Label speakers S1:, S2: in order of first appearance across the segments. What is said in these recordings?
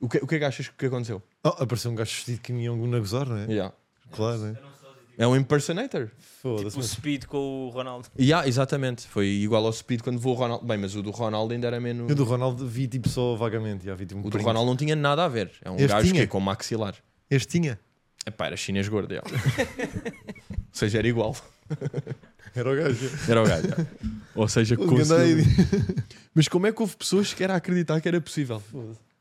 S1: O que, o que é que achas que aconteceu?
S2: Oh, apareceu um gajo vestido de Kim Jong-un a gozar, não é?
S1: Yeah.
S2: Claro, não é?
S1: É um impersonator.
S2: Foda-se.
S1: Tipo
S3: O Speed com o Ronaldo.
S1: Yeah, exatamente. Foi igual ao Speed quando voou o Ronaldo. Bem, mas o do Ronaldo ainda era menos.
S2: mas Eu do Ronaldo vi tipo só vagamente. Já, vi, tipo, um
S1: O do
S2: print.
S1: Ronaldo não tinha nada a ver. É um
S2: Este
S1: gajo que
S2: tinha.
S1: é com maxilar.
S2: Este tinha.
S1: Epá, era chinês gordo. yeah. Ou seja, era igual.
S2: Era o gajo.
S1: Era o gajo. yeah. Ou seja,
S2: O
S1: conseguiu.
S2: Gandhi.
S1: Mas como é que houve pessoas que era a acreditar que era possível?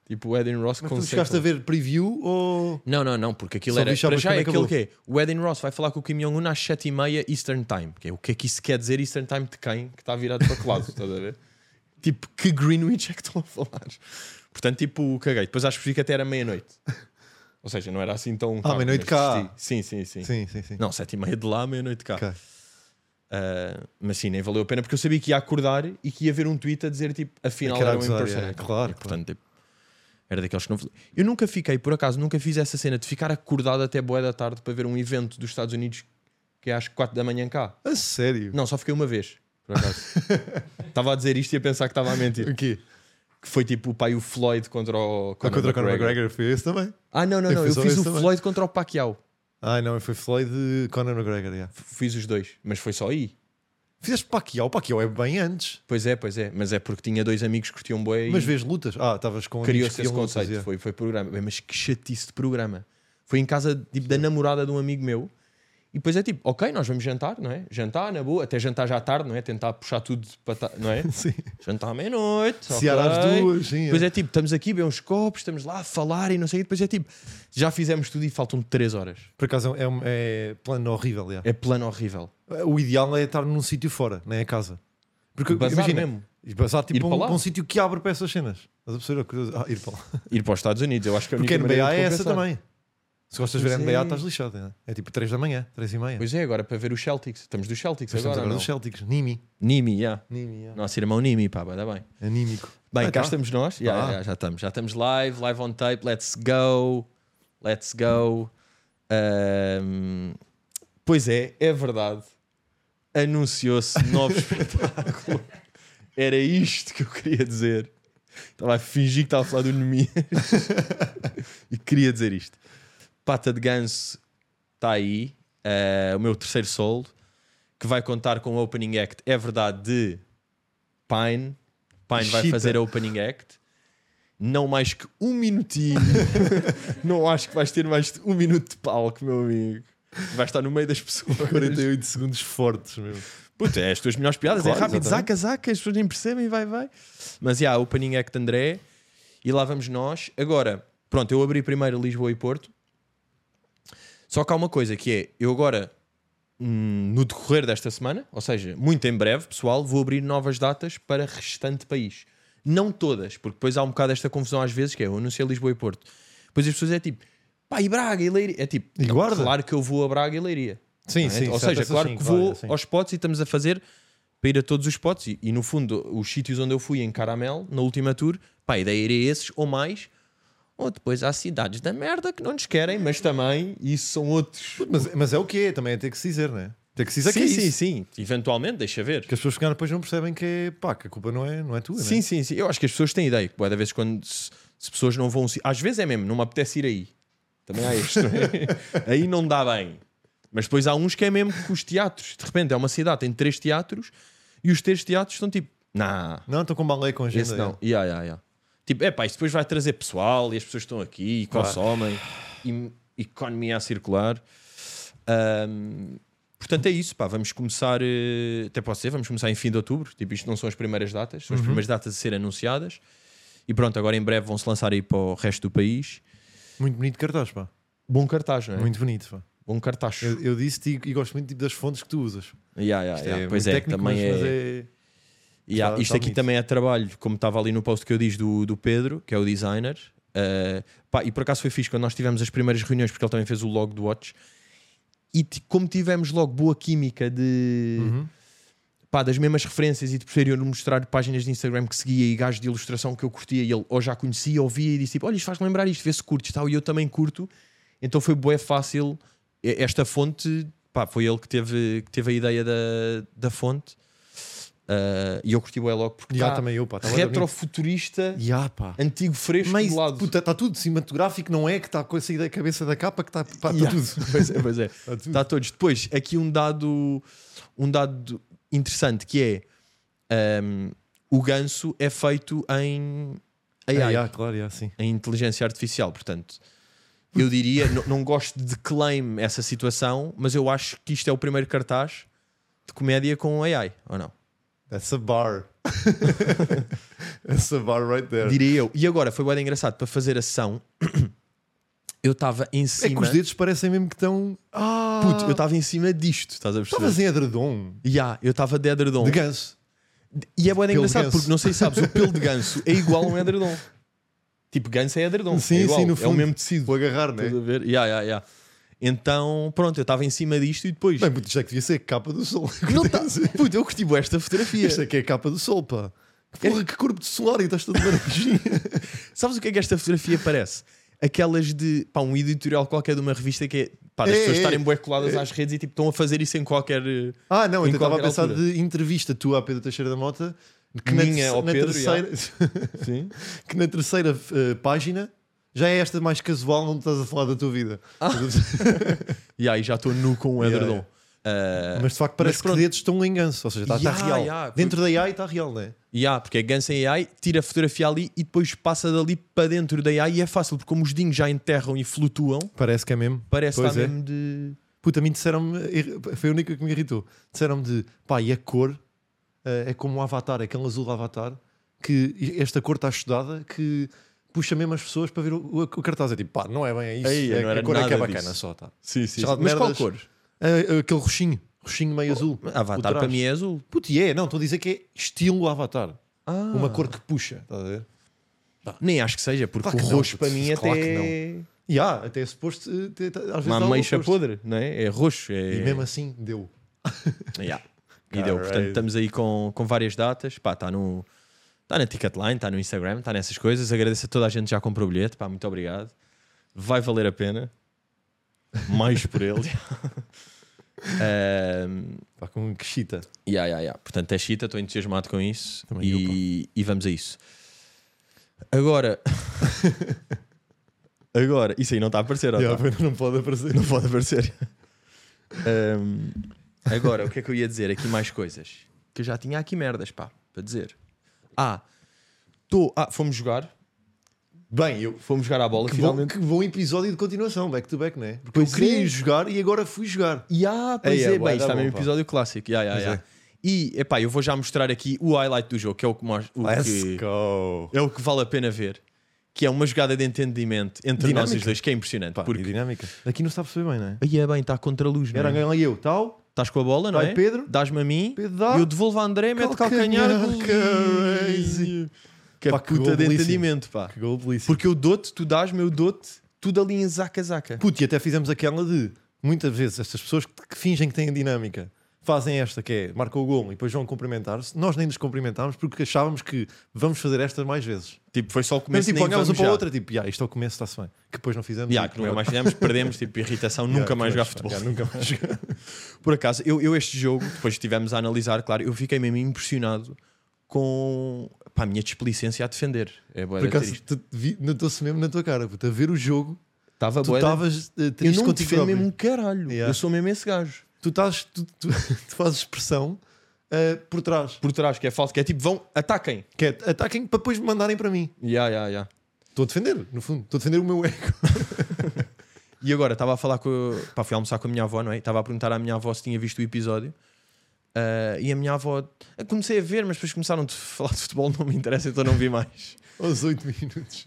S1: Tipo, o Eden Ross
S2: Mas tu
S1: consegue-
S2: chegaste a ver preview ou.
S1: Não, não, não, porque aquilo
S2: Só
S1: era.
S2: vi só
S1: Para
S2: depois
S1: já é
S2: quando
S1: aquilo que é. O Eden Ross vai falar com o Kim Jong-un às 7h30 Eastern Time. Que é, o que é que isso quer dizer Eastern Time de quem? Que está virado para que lado, estás a ver? Tipo, que Greenwich é que estão a falar? Portanto, tipo, caguei. Depois acho que fica até era meia-noite. Ou seja, não era assim tão. tarde,
S2: meia-noite
S1: mas
S2: cá.
S1: desisti. Sim, sim, sim.
S2: Sim, sim, sim.
S1: Não, 7h30 de lá, meia-noite cá.
S2: Ok.
S1: Ah, mas sim, nem valeu a pena porque eu sabia que ia acordar e que ia ver um tweet a dizer tipo, afinal
S2: É que era
S1: era um
S2: a gozar,
S1: impersonator.
S2: é, claro,
S1: E, portanto, tipo, era daqueles que não. Eu nunca fiquei, por acaso, nunca fiz essa cena de ficar acordado até boa da tarde para ver um evento dos Estados Unidos que é às 4 da manhã cá.
S2: A sério?
S1: Não, só fiquei uma vez, por acaso. estava a dizer isto e a pensar que estava a mentir.
S2: O quê?
S1: Que foi tipo o pai o Floyd contra o
S2: Ah, Contra,
S1: Conor
S2: contra o Conor
S1: McGregor.
S2: McGregor foi esse também.
S1: Ah, não, não,
S2: Eu
S1: não. Eu fiz,
S2: fiz só esse
S1: o
S2: também.
S1: Floyd contra o Pacquiao.
S2: Ai não, foi Floyd e Conor McGregor. Yeah.
S1: Fiz os dois, mas foi só aí.
S2: Fizeste Pacquiao, Pacquiao é bem antes.
S1: Pois é, pois é. Mas é porque tinha dois amigos que curtiam boi
S2: Mas vês lutas? Ah, estavas com amigos
S1: criou-se
S2: que
S1: esse
S2: iam lutas,
S1: conceito.
S2: yeah.
S1: Foi, foi programa. Bem, mas que chatice de programa. Foi em casa tipo, da namorada de um amigo meu. E depois é tipo, ok, nós vamos jantar, não é? Jantar, na boa, até jantar já à tarde, não é? Tentar puxar tudo para. ta- Não é?
S2: Sim.
S1: jantar à meia-noite. ok.
S2: Cear às duas, sim.
S1: Depois é tipo, estamos aqui, bem uns copos, estamos lá a falar e não sei. o quê. Depois é tipo, já fizemos tudo e faltam 3 horas.
S2: Por acaso é, um- é plano horrível. yeah.
S1: É plano horrível.
S2: O ideal é estar num sítio fora, não é a casa. Porque
S1: Bazar
S2: imagina,
S1: mesmo.
S2: e Bazar tipo
S1: Ir
S2: um,
S1: para lá.
S2: um sítio que abre para essas cenas. Mas a pessoa era curiosa. Ah, ir para lá.
S1: Ir para os Estados Unidos, eu acho que a
S2: Porque a
S1: única
S2: NBA
S1: maneira de
S2: é essa
S1: compensar.
S2: também. Se gostas de ver
S1: Pois
S2: NBA,
S1: é.
S2: estás lixado. né? É tipo 3 da manhã, 3 e meia.
S1: Pois é, agora para ver os Celtics. Estamos dos Celtics
S2: Mas estamos
S1: agora. ou
S2: agora
S1: não?
S2: nos Celtics. Nimi.
S1: Nimi, é. yeah.
S2: Nimi, yeah.
S1: Nosso irmão Nimi, pá, vai dar bem.
S2: Anímico.
S1: Bem,
S2: Ah,
S1: cá
S2: tá.
S1: estamos nós. Yeah,
S2: Ah.
S1: yeah, já estamos. Já estamos live, live on tape. Let's go. Let's go. Ahm, pois é, é verdade. Anunciou-se novo espetáculo. Era isto que eu queria dizer. Estava a fingir que estava a falar do Nemias. e queria dizer isto. Pata de Ganso está aí. ah, o meu terceiro solo. Que vai contar com o opening act. É verdade, de Pine. Pine vai
S2: Chita.
S1: fazer a opening act. Não mais que um minutinho. Não acho que vais ter mais de um minuto de palco, meu amigo. Vais estar no meio das pessoas.
S2: 48 segundos fortes mesmo.
S1: Puta, é as tuas melhores piadas,
S2: Claro,
S1: é rápido,
S2: exatamente.
S1: zaca, zaca, as pessoas nem percebem, vai, vai. Mas já, o opening act André, e lá vamos nós. Agora, pronto, eu abri primeiro Lisboa e Porto. Só que há uma coisa que é, eu agora, hum, no decorrer desta semana, ou seja, muito em breve, pessoal, vou abrir novas datas para restante país. Não todas, porque depois há um bocado esta confusão às vezes, que é, eu anunciei Lisboa e Porto. Depois as pessoas é tipo, pá, e Braga, e Leiria? É tipo,
S2: E Guarda?
S1: claro que eu vou a Braga e Leiria. Não
S2: Sim,
S1: é?
S2: sim.
S1: Ou
S2: certo,
S1: seja,
S2: essas
S1: claro
S2: sim,
S1: que vou
S2: sim.
S1: aos spots e estamos a fazer para ir a todos os spots. E, e, no fundo, os sítios onde eu fui em Caramel, na última tour, pá, a ideia era esses ou mais. Ou depois há cidades da merda que não nos querem, mas também isso são outros.
S2: Puto, Mas, mas é o que é, também é ter que se dizer, não é? Ter que se dizer que é
S1: sim,
S2: isso.
S1: sim, sim. Eventualmente, deixa ver.
S2: Que as pessoas que chegaram depois não percebem que é pá, que a culpa não é, não é tua,
S1: Sim,
S2: né?
S1: sim, sim. Eu acho que as pessoas têm ideia. que, bué da vez quando se, se pessoas não vão. Às vezes é mesmo, não me apetece ir aí. Também há isto. não é? aí não dá bem. Mas depois há uns que é mesmo que os teatros. De repente é uma cidade, tem três teatros e os três teatros estão tipo, nah,
S2: Não, estou com balé com agenda.
S1: esse
S2: é.
S1: não. Yeah, yeah, yeah. Tipo, é pá, isso depois vai trazer pessoal e as pessoas estão aqui e
S2: Claro.
S1: consomem e economia a circular. Ahm, portanto, é isso, pá. Vamos começar, eh, até pode ser, vamos começar em fim de outubro. Tipo, isto não são as primeiras datas,
S2: Uhum.
S1: são as primeiras datas a ser anunciadas. E pronto, agora em breve vão-se lançar aí para o resto do país.
S2: é. Muito bonito cartaz, pá.
S1: Bom cartaz, não é?
S2: Muito bonito, pá.
S1: Bom cartaz.
S2: Eu, eu disse e, e gosto muito tipo, das fontes que tu usas.
S1: Yeah, yeah,
S2: Isto
S1: yeah.
S2: é
S1: Pois
S2: muito
S1: é,
S2: técnico,
S1: também
S2: mas, mas
S1: é...
S2: é-
S1: E há-
S2: Tá-
S1: isto
S2: tá
S1: aqui
S2: bonito.
S1: também é trabalho, como estava ali no post que eu diz do, do Pedro, que é o designer. Uh, pá, e por acaso foi fixe quando nós tivemos as primeiras reuniões, porque ele também fez o logo do Watch. E ti- como tivemos logo boa química de
S2: Uhum.
S1: pá, das mesmas referências e de por ser eu mostrar páginas de Instagram que seguia e gajos de ilustração que eu curtia e ele ou já conhecia ou via e disse tipo, olha isto faz lembrar isto, vê se curtes tal e eu também curto, então foi bué fácil E- esta fonte, pá, foi ele que teve, que teve a ideia da, da fonte Ah, e eu curti o logo porque
S2: Já
S1: tá É
S2: também eu, pá. tá bué da bonito.
S1: retrofuturista,
S2: Já, pá.
S1: antigo fresco
S2: Mas
S1: do lado.
S2: está tudo cinematográfico, não é? Que está com essa ideia da cabeça da capa que está tá
S1: Yeah.
S2: tudo.
S1: Pois é, pois é.
S2: Tá tudo.
S1: Está todos. Depois, aqui um dado, um dado interessante que é ahm, o ganso é feito em
S2: Ah,
S1: AI,
S2: yeah, claro, yeah, sim.
S1: em inteligência artificial. Portanto, eu diria, n- não gosto de claim essa situação, mas eu acho que isto é o primeiro cartaz de comédia com AI, ou não?
S2: That's a bar. That's a bar right there.
S1: Diria eu. E agora foi bem engraçado para fazer a sessão. Eu estava em
S2: é que
S1: cima. Tá
S2: os dedos parecem mesmo que estão. Ah,
S1: Puto, eu estava em cima disto, estás a perceber?
S2: estavas em edredom
S1: Ya, eu estava de edredom.
S2: de ganso.
S1: E é bué de
S2: Pelo
S1: engraçado,
S2: ganso.
S1: porque não sei se sabes, o pelo de ganso é igual a um edredom. Tipo, ganso é edredom.
S2: Sim,
S1: é igual,
S2: sim, no
S1: É o
S2: fundo.
S1: mesmo tecido.
S2: Vou agarrar, né?
S1: Estás a ver? Ya, ya, ya. Então, pronto, eu estava em cima disto e depois.
S2: Bem, puto, isto é que devia ser a capa do sol.
S1: não tá... Puto, eu curti bué esta fotografia.
S2: Isto é que é a capa do sol, pá. Que Porra, que corpo de solário, estás todo laranjinha.
S1: Sabes o que é que esta fotografia parece? Aquelas de. pá, um editorial qualquer de uma revista que é. pá, das
S2: É,
S1: pessoas
S2: é,
S1: estarem bué coladas às redes e tipo estão a fazer isso em qualquer. eh,
S2: Ah, não,
S1: Em
S2: então estava a
S1: qualquer
S2: pensar
S1: altura.
S2: de entrevista tua a Pedro Teixeira da Mota. Que
S1: Minha
S2: na,
S1: ao
S2: na
S1: Pedro,
S2: terceira,
S1: Sim.
S2: que na terceira eh, página já é esta mais casual, onde estás a falar da tua vida.
S1: Ah. E aí já estou nu com um
S2: Ya,
S1: edredom. Ah,
S2: Mas de facto parece que
S1: pronto.
S2: dedos estão em ganso, ou seja, está
S1: Ya,
S2: real.
S1: ya, porque-
S2: Dentro da AI está real, não é?
S1: E há, porque é Guns em AI, tira a fotografia ali e depois passa dali para dentro da AI e é fácil, porque como os dinhos já enterram e flutuam,
S2: Parece que é mesmo.
S1: parece
S2: Pois
S1: estar
S2: é.
S1: mesmo de.
S2: Puta, a mim disseram-me, foi a única que me irritou. Disseram-me de pá, e a cor eh, é como o Avatar, aquele azul do Avatar, que esta cor está estudada que puxa mesmo as pessoas para ver o, o- o cartaz. É tipo, pá, não é bem isso.
S1: Ei,
S2: é,
S1: não era
S2: a cor é que é
S1: nada
S2: bacana
S1: disso.
S2: só, tá.
S1: Sim, sim.
S2: Chamado
S1: Mas qual
S2: merdas.
S1: cor? Oh,
S2: Eh, aquele roxinho, roxinho meio azul. o
S1: Avatar
S2: trás.
S1: para mim é azul.
S2: Puta, e é, não, estou a dizer que é estilo Avatar.
S1: Ah.
S2: Uma cor que puxa, estás a ver?
S1: Nem acho que seja, porque
S2: Claro que
S1: o
S2: não,
S1: roxo para
S2: putz,
S1: mim até
S2: claro que não.
S1: é
S2: E há, até é suposto. eh, ter- ter- às vezes dá
S1: uma
S2: o
S1: ameixa
S2: oposto.
S1: podre, não é? É roxo. É...
S2: E mesmo assim, deu.
S1: Ya. E deu. Portanto,
S2: Caralho.
S1: estamos aí com, com várias datas. Pá, está no. Está na Ticketline, está no Instagram, está nessas coisas. Agradeço a toda a gente que já comprou o bilhete. Pá, muito obrigado. Vai valer a pena. Mais por ele. Ahm,
S2: Pá, com que chita.
S1: Ya, ya, ya. Portanto, é chita, estou entusiasmado com isso.
S2: Também eu,
S1: E, e vamos a isso. Agora. Agora. Isso aí não está a aparecer, ó,
S2: E há,
S1: tá?
S2: não pode aparecer.
S1: Não pode aparecer. Ahm, agora, o que é que eu ia dizer? Aqui mais coisas. Que eu já tinha aqui merdas, pá, para dizer. Ah, tô, ah, fomos jogar.
S2: Bem, eu,
S1: Fomos jogar à bola,
S2: Que bom,
S1: finalmente.
S2: que bom episódio de continuação, back to back, não é? Porque
S1: Pois
S2: eu queria
S1: é.
S2: ir jogar e agora fui jogar.
S1: E ah, pois
S2: Ei,
S1: é,
S2: é,
S1: bem,
S2: bué
S1: isto
S2: da
S1: é mesmo
S2: bom, pá.
S1: episódio clássico. Ya, ya,
S2: Pois
S1: ya. é. E, epá, eu vou já mostrar aqui o highlight do jogo, que é o que, mos- o que
S2: go!
S1: é o que vale a pena ver. Que é uma jogada de entendimento entre nós
S2: Dinâmica.
S1: os dois, que é impressionante.
S2: Pá, e
S1: porque
S2: dinâmica. Aqui não se está a perceber bem, não é?
S1: aí é bem, está contra a luz, não
S2: Era
S1: é?
S2: ganhar eu, tal.
S1: Estás com a bola, não
S2: Vai,
S1: é?
S2: Pedro.
S1: Dás-me a mim.
S2: Pedro dá.
S1: Eu devolvo a André, mete calcanhar.
S2: Calcanhar,
S1: gol.
S2: crazy.
S1: Que é
S2: Pá, que
S1: puta
S2: gol
S1: de
S2: belíssimo.
S1: entendimento, pá.
S2: Que gol belíssimo.
S1: Porque eu dou-te, tu dás-me, eu dou-te, tudo ali em zaca-zaca.
S2: Puto, e até fizemos aquela de muitas vezes estas pessoas que, que fingem que têm dinâmica fazem esta que é marcam o gol e depois vão cumprimentar-se. Nós nem nos cumprimentámos porque achávamos que vamos fazer estas mais vezes.
S1: Tipo, foi só o
S2: Mas
S1: começo
S2: tipo,
S1: nem
S2: olhámos um
S1: vamos
S2: para o
S1: já.
S2: outro, tipo, "Ya, isto é o começo, está-se bem. Que depois não é fizemos.
S1: Ya,
S2: e
S1: que nunca mais fizemos, perdemos, tipo, irritação, nunca
S2: Ya,
S1: mais jogar
S2: pois,
S1: futebol.
S2: ya, nunca mais jogar.
S1: Por acaso, eu, eu este jogo, depois estivemos a analisar, claro, eu fiquei mesmo impressionado com pá, a minha desplicência a defender. É boa,
S2: Por acaso, tu vi- notou-se mesmo na tua cara, puto, a ver o jogo,
S1: Estava
S2: tu
S1: boa.
S2: estavas eh,
S1: Eu
S2: triste
S1: não
S2: contigo
S1: defendo
S2: próprio.
S1: mesmo um caralho.
S2: Yeah.
S1: Eu sou mesmo esse gajo.
S2: Tu, estás, tu, tu- tu fazes pressão eh, por trás,
S1: Por trás, que é falta, que é tipo, vão, ataquem.
S2: que é ataquem para depois me mandarem para mim.
S1: Ya, ya, ya.
S2: Estou a defender, no fundo, estou a defender o meu ego.
S1: E agora, estava a falar com. Pá, fui almoçar com a minha avó, não é? Estava a perguntar à minha avó se tinha visto o episódio. Ah, e a minha avó. "Ah, Comecei a ver, mas depois começaram a falar de futebol, não me interessa, então não vi mais.
S2: Aos 8 minutos.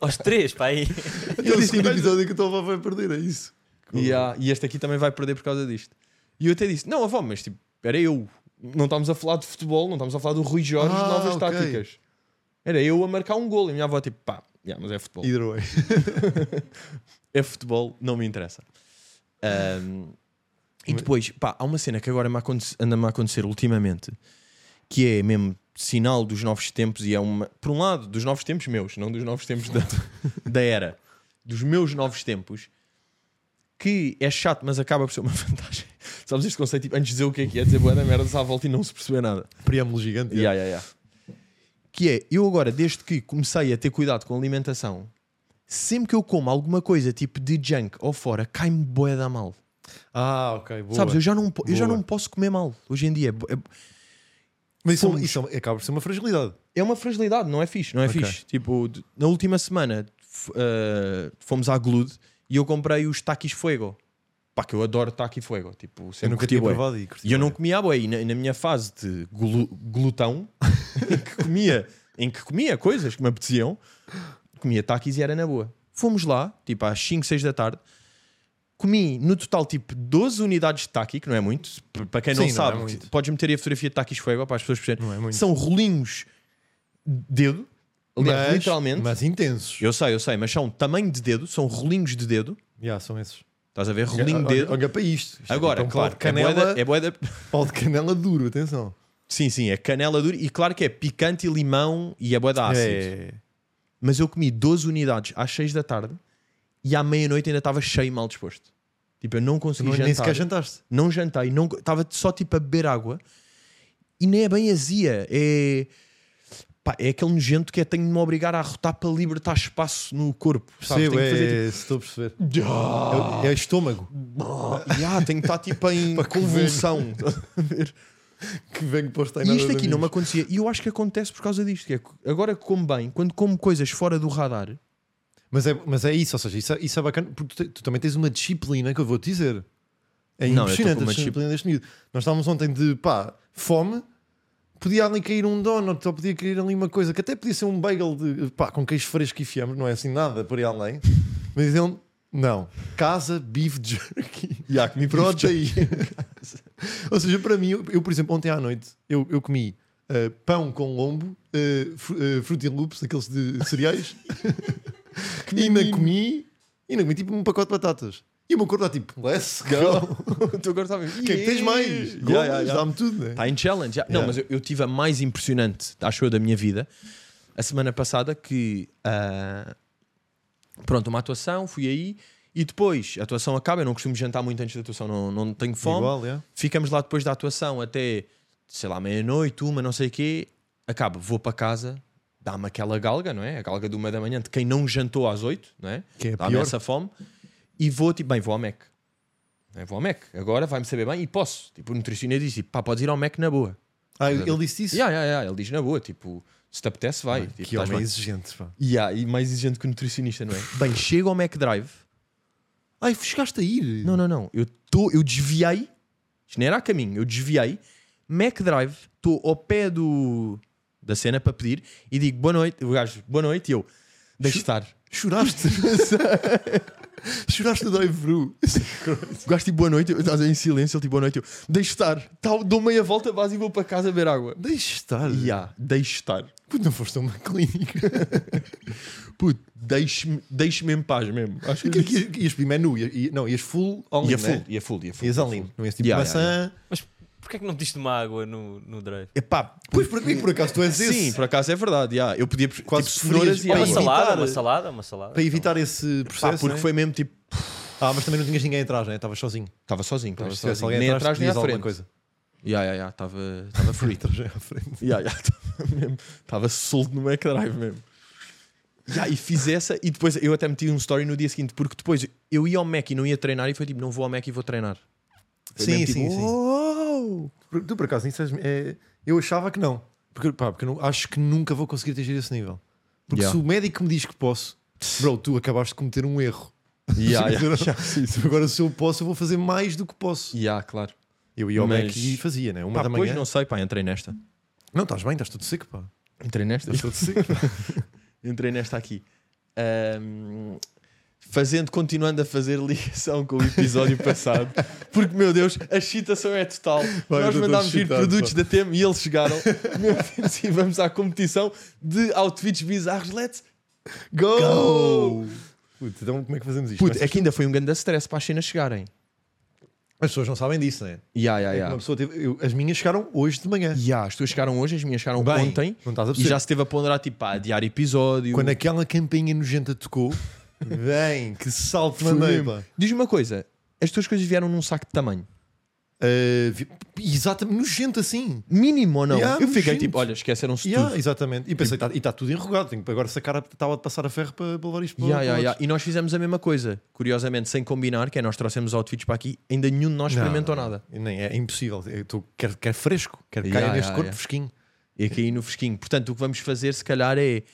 S3: Aos três, pá, aí.
S2: Até o segundo episódio que a tua avó vai perder, é isso.
S1: E, há- e este aqui também vai perder por causa disto. E eu até disse: Não, avó, mas tipo, era eu. Não estamos a falar de futebol, não estamos a falar do Rui Jorge,
S2: Ah,
S1: novas
S2: ok.
S1: táticas. Era eu a marcar um gol. E a minha avó, tipo, pá, yeah, mas é futebol.
S2: Either way.
S1: É futebol, não me interessa. Ahm, e depois, pá, há uma cena que agora me aconte- anda-me a acontecer ultimamente que é mesmo sinal dos novos tempos e é uma. Por um lado, dos novos tempos meus, não dos novos tempos da, da era. Dos meus novos tempos que é chato, mas acaba por ser uma vantagem. Sabes este conceito? Tipo, antes de dizer o que é que é, dizer boa da merda, à volta e não se perceber nada.
S2: Preâmbulo gigante.
S1: Yeah, yeah, yeah. Que é, eu agora, desde que comecei a ter cuidado com a alimentação, sempre que eu como alguma coisa tipo de junk ou fora, cai-me boé da mal.
S2: Ah, ok. Boa.
S1: Sabes, eu já, não, po- eu já
S2: Boa.
S1: não posso comer mal hoje em dia. É bo- é-
S2: Mas isso, é uma-
S1: fomos.
S2: isso é uma- acaba por ser uma fragilidade.
S1: É uma fragilidade, não é fixe, não é
S2: Ok.
S1: fixe. Tipo, de- na última semana f- eh, fomos à Glude e eu comprei os Takis Fuego. Pá, que eu adoro Taki Fuego. Tipo, sempre
S2: Eu nunca
S1: curti
S2: tinha
S1: bué.
S2: provado e curti
S1: E eu não
S2: bué.
S1: comia bué. E na, na minha fase de glu- glutão, em que comia, em que comia coisas que me apeteciam, comia taquis e era na boa. Fomos lá, tipo às 5, 6 da tarde, comi no total tipo 12 unidades de taqui, que não é muito, p- para quem não
S2: Sim, não é
S1: sabe, tipo,
S2: muito.
S1: podes meter aí a fotografia de taquis fuego para as pessoas perceberem.
S2: Não é muito.
S1: São rolinhos de dedo, aliás,
S2: Mas-
S1: literalmente.
S2: Mas intensos.
S1: Eu sei, eu sei, mas são tamanho de dedo, são rolinhos de dedo.
S2: Já, são esses.
S1: Estás a ver? Rolinho de
S2: Olha-
S1: dedo.
S2: Olha, olha para isto. Isto é
S1: Agora,
S2: tipo um
S1: claro,
S2: pau de canela,
S1: é boeda,
S2: pau de canela duro, atenção.
S1: Sim, sim, é canela dura e claro que é picante e limão e é boa da ácido.
S2: É.
S1: Mas eu comi 12 unidades às 6 da tarde e à meia-noite ainda estava cheio e mal disposto. Tipo, eu não consegui
S2: Não,
S1: jantar.
S2: nem sequer jantaste.
S1: Não jantei, não estava só tipo a beber água e nem é bem azia, é pá, é aquele nojento que é tenho de me obrigar a arrotar para libertar espaço no corpo. Sabes?
S2: Percebo,
S1: tenho
S2: é,
S1: que fazer
S2: é, estou a perceber.
S1: tipo, "Ah,
S2: É, é estômago
S1: ah", yeah, tenho que estar tipo em
S2: Para comer.
S1: convulsão.
S2: que vem posto em
S1: E
S2: nada
S1: isto
S2: de
S1: aqui não me
S2: amigos.
S1: acontecia. E eu acho que acontece por causa disto. Que é, que agora que como bem, quando como coisas fora do radar,
S2: Mas é, mas é isso, ou seja, isso é, isso é bacana, porque tu, te- tu também tens uma disciplina que eu vou te dizer. É
S1: Não, eu estou
S2: impressionante
S1: com
S2: a
S1: uma
S2: disciplina deste miúdo. Nós estávamos ontem de pá, fome, podia ali cair um donut, ou podia cair ali uma coisa que até podia ser um bagel de pá, com queijo fresco e fiambre, não é assim nada por aí além. Mas ele, não, casa, beef jerky.
S1: já que me
S2: Pronto aí. Ou seja, para mim, eu, eu, por exemplo, ontem à noite eu, eu comi ah, pão com lombo, uh, Fruity Loops, aqueles de cereais, e ainda comi, e ainda comi tipo um pacote de batatas. E o meu corpo está tipo, let's go,
S1: o teu corpo estava.
S2: o que é que tens mais? Gomes, dá-me tudo, né?
S1: Está em challenge. já. Não,
S2: Yeah.
S1: mas eu, eu tive a mais impressionante, acho eu, da minha vida, a semana passada que. ah, pronto, uma atuação, fui aí e depois a atuação acaba. Eu não costumo jantar muito antes da atuação, não, não tenho fome.
S2: Igual, é.
S1: Ficamos lá depois da atuação até, sei lá, meia-noite, uma, não sei o quê. Acabo, vou para casa, dá-me aquela galga, não é? A galga de uma da manhã, de quem não jantou às oito, não é?
S2: Que é a
S1: dá-me
S2: pior.
S1: essa fome. E vou, tipo, bem, vou ao Mac. É, vou ao Mac, agora vai-me saber bem e posso. Tipo, o nutricionista disse, tipo, pá, podes ir ao Mac na boa.
S2: Ah, ele disse isso?
S1: Yeah, yeah, yeah. Ele diz na boa, tipo, se te apetece, vai. tipo,
S2: que
S1: estás
S2: homem
S1: bem.
S2: exigente, pá.
S1: Yeah, e mais exigente que o nutricionista, não é? bem, chego ao Mac Drive,
S2: Ai, chegaste a ir?
S1: não, não, não. Eu, tô, eu desviei. Isto não era a caminho. Eu desviei. Mac Drive. Estou ao pé do, da cena para pedir. E digo boa noite. O gajo, boa noite. E eu, deixe estar.
S2: Choraste? Choraste no drive-thru?
S1: O gajo, tipo, boa noite. Eu, estás em silêncio. Ele, tipo, boa noite. Eu, deixe estar. Tal, dou meia volta, base e vou para casa beber água.
S2: Deixa estar.
S1: E há, deixe estar.
S2: Puto, não foste a uma clínica.
S1: Puto, deixe-me deixe-me em paz mesmo. Acho que é
S2: Que- que- que Ias primeiro nu, ias- ia- não, ias full all in.
S1: Ia full,
S2: né?
S1: ia full, ia full.
S2: Ias all in. Não ias tipo
S1: Yeah,
S2: maçã.
S1: yeah,
S3: Mas porquê é que não metiste uma água no, no drive?
S1: Epá,
S2: Pois por, e por acaso tu és esse.
S1: sim, por acaso é verdade. já. Eu podia
S2: Quase
S1: tipo, cenouras
S2: preferias-
S1: e
S2: Para
S3: É Uma
S2: evitar-
S1: água.
S3: salada, uma salada, uma salada.
S2: Para evitar esse
S1: Pá,
S2: processo.
S1: porque
S2: né?
S1: foi mesmo tipo.
S2: Ah, mas também não tinhas ninguém atrás, né? Estavas sozinho.
S1: Estava sozinho, estava
S2: Se tivesse
S1: sozinho.
S2: alguém
S1: Nem atrás, nem à
S2: dizias alguma
S1: frente.
S2: coisa.
S1: Ya, ya, ya, estava estava free.
S2: Atrás é à frente.
S1: Ya, ya, estava mesmo- Estava solto no Mac Drive mesmo. Ya, e fiz essa e depois eu até meti um story no dia seguinte, porque depois eu ia ao Mac e não ia treinar e foi tipo, não vou ao Mac e vou treinar. Foi
S2: Sim,
S1: mesmo tipo um, "Oh".
S2: sim, sim.
S1: "Uou!"
S2: Por- Tu por acaso isso és, é, Eu achava que não. Porque, pá, porque eu não- acho que nunca vou conseguir atingir esse nível. Porque
S1: Yeah.
S2: se o médico me diz que posso, bro, tu acabaste de cometer um erro.
S1: Ya, ya,
S2: Sim, Agora, se eu posso, eu vou fazer mais do que posso.
S1: ya, claro.
S2: Eu ia ao Mac
S1: Mas-
S2: e fazia, né? Uma
S1: Pá,
S2: da
S1: depois
S2: manhã.
S1: não sei, pá, entrei nesta.
S2: Não, estás bem, estás tudo seco, pá.
S1: Entrei nesta?
S2: Estás tudo seco.
S1: Entrei nesta aqui. Ahm, fazendo, continuando a fazer ligação com o episódio passado, porque, meu Deus, a excitação é total.
S2: Vai, eu
S1: Nós
S2: tô
S1: mandámos vir
S2: excitado,
S1: produtos
S2: pá.
S1: da TEM e eles chegaram. meu Deus, e vamos à competição de outfits bizarros. Let's go!
S2: Go! Puto, então como é que fazemos isto?
S1: Puto,
S2: Mas
S1: é que ainda foi um grande stress para as cenas chegarem.
S2: As pessoas não sabem disso, né?
S1: Ya, ya,
S2: É que
S1: ya.
S2: Uma pessoa teve- eu- as minhas chegaram hoje de manhã.
S1: Ya, As tuas chegaram hoje, as minhas chegaram
S2: Bem,
S1: ontem.
S2: não estás a
S1: E
S2: perceber.
S1: já se esteve a ponderar, tipo, a adiar episódio.
S2: Quando aquela campainha nojenta tocou, bem, que salto
S1: Foi
S2: mandei,
S1: mesmo.
S2: pá.
S1: Diz-me uma coisa: as tuas coisas vieram num saco de tamanho.
S2: eh, vi- exatamente, nojento assim.
S1: Mínimo ou não?
S2: Yeah,
S1: eu fiquei
S2: nojento.
S1: tipo, olha, esqueceram-se de tudo.
S2: Yeah,
S1: Tipo-
S2: exatamente. E pensei, tá- e está tudo enrugado. Tenho que agora sacar a tábua de passar a ferro para para levar isto para
S1: Yeah,
S2: para
S1: yeah,
S2: outros.
S1: yeah. E nós fizemos a mesma coisa, curiosamente, sem combinar, que é nós trouxemos outfits para aqui, ainda nenhum de nós
S2: Não,
S1: experimentou
S2: não, não.
S1: nada.
S2: Nem, é impossível. Eu tô, quero, quero fresco, quero que
S1: Yeah,
S2: caia neste
S1: yeah,
S2: corpo
S1: yeah.
S2: fresquinho.
S1: E aqui no fresquinho. Portanto, o que vamos fazer, se calhar, é.